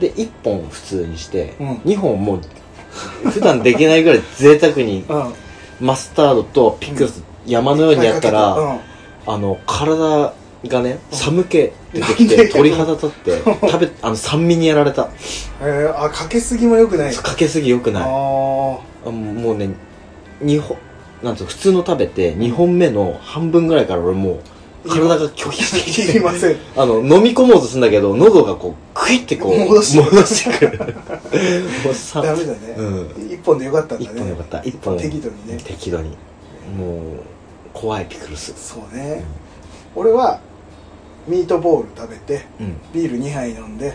[SPEAKER 1] で1本普通にして
[SPEAKER 2] うん
[SPEAKER 1] 2本もう (laughs) 普段できないぐらい贅沢に
[SPEAKER 2] うん
[SPEAKER 1] マスタードとピクルス山のようにやったら、
[SPEAKER 2] うん
[SPEAKER 1] あの体がね寒気出てき
[SPEAKER 2] なん
[SPEAKER 1] て
[SPEAKER 2] で
[SPEAKER 1] 鳥肌立って食べあの酸味にやられた
[SPEAKER 2] えー、あかけすぎもよくない
[SPEAKER 1] かけすぎよくない (laughs)
[SPEAKER 2] あ
[SPEAKER 1] あもうね二本なんつうの普通の食べて2本目の半分ぐらいから俺もう体が拒否してき
[SPEAKER 2] あいり
[SPEAKER 1] て
[SPEAKER 2] ません
[SPEAKER 1] あの飲み込もうとするんだけど喉がこうクイってこう
[SPEAKER 2] 戻してくる
[SPEAKER 1] してくるもうさ
[SPEAKER 2] (laughs) ダメだ
[SPEAKER 1] う
[SPEAKER 2] ね
[SPEAKER 1] ん
[SPEAKER 2] 一、本でよかったん
[SPEAKER 1] 一
[SPEAKER 2] だ
[SPEAKER 1] 本よ
[SPEAKER 2] ね
[SPEAKER 1] かった一本
[SPEAKER 2] 適度にね
[SPEAKER 1] 適度にもう怖いピクルス
[SPEAKER 2] そうね俺はミートボール食べて
[SPEAKER 1] うん
[SPEAKER 2] ビール2杯飲んで、
[SPEAKER 1] うん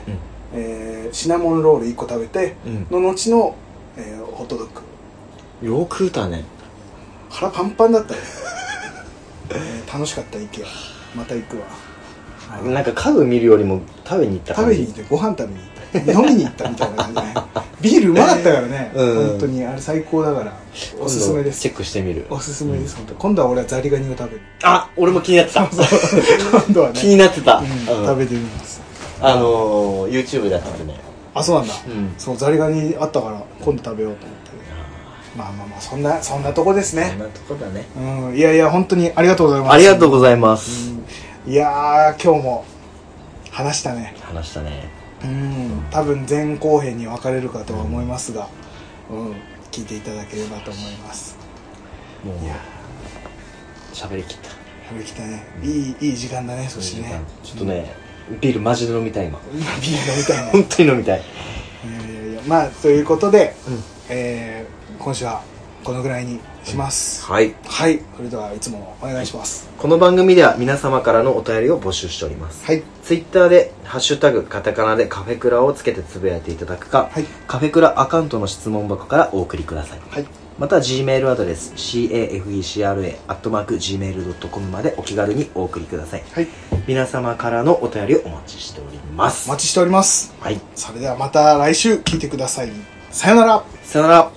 [SPEAKER 2] えーシナモンロール1個食べて
[SPEAKER 1] うん
[SPEAKER 2] の後の、えーホットドッグ
[SPEAKER 1] よく食うたね
[SPEAKER 2] 腹パンパンだったよ、 (laughs) えー楽しかった IKEA また行くわ
[SPEAKER 1] なんか家具見るよりも食べに行った
[SPEAKER 2] 食
[SPEAKER 1] 感
[SPEAKER 2] べ
[SPEAKER 1] じ
[SPEAKER 2] に行ってご飯食べに行った飲みに行ったみたいな感じ
[SPEAKER 1] (laughs)
[SPEAKER 2] ねビールうまかったからね、
[SPEAKER 1] うん
[SPEAKER 2] 本当にあれ最高だからおすすめです
[SPEAKER 1] チェックしてみる
[SPEAKER 2] おすすめです、本当今度は俺はザリガニを食べ
[SPEAKER 1] (laughs)
[SPEAKER 2] る
[SPEAKER 1] あ俺も気になってた
[SPEAKER 2] 今度は
[SPEAKER 1] 気に
[SPEAKER 2] ね、
[SPEAKER 1] なってた、
[SPEAKER 2] うん
[SPEAKER 1] うん
[SPEAKER 2] 食べてみます
[SPEAKER 1] あのー、YouTube でやっててね
[SPEAKER 2] あそうなんだ、
[SPEAKER 1] うん
[SPEAKER 2] そうザリガニあったから今度食べようと思ってまあまあまあそんなそんなとこです
[SPEAKER 1] そん
[SPEAKER 2] ね
[SPEAKER 1] なとこだね
[SPEAKER 2] うんいやいや本当にありがとうございます
[SPEAKER 1] ありがとうございます、
[SPEAKER 2] うんいやー今日も話したね
[SPEAKER 1] 話したね
[SPEAKER 2] うん多分前後編に分かれるかとは思いますが、うん、聞いていただければと思います
[SPEAKER 1] もう
[SPEAKER 2] いや
[SPEAKER 1] 喋りきった
[SPEAKER 2] 食べきたねいいいい時間だねそしてね
[SPEAKER 1] ちょっとね、ビールマジで飲みたい今
[SPEAKER 2] うん今ビール飲みたいね
[SPEAKER 1] 本当に飲みた
[SPEAKER 2] い
[SPEAKER 1] い
[SPEAKER 2] やいやいやまあということで、
[SPEAKER 1] うん
[SPEAKER 2] えー今週はこのぐらいにします、
[SPEAKER 1] はい
[SPEAKER 2] はいそれではいつものお願いします
[SPEAKER 1] この番組では皆様からのお便りを募集しております
[SPEAKER 2] はい
[SPEAKER 1] ツイッターで「ハッシュタグカタカナ」でカフェクラをつけてつぶやいていただくか、
[SPEAKER 2] はい
[SPEAKER 1] カフェクラアカウントの質問箱からお送りください
[SPEAKER 2] はい
[SPEAKER 1] また G メールアドレス cafecra.gmail.com までお気軽にお送りください
[SPEAKER 2] はい
[SPEAKER 1] 皆様からのお便りをお待ちしておりま
[SPEAKER 2] お
[SPEAKER 1] す
[SPEAKER 2] 待ちしております
[SPEAKER 1] はい
[SPEAKER 2] それではまた来週聞いてくださいさよなら
[SPEAKER 1] さよなら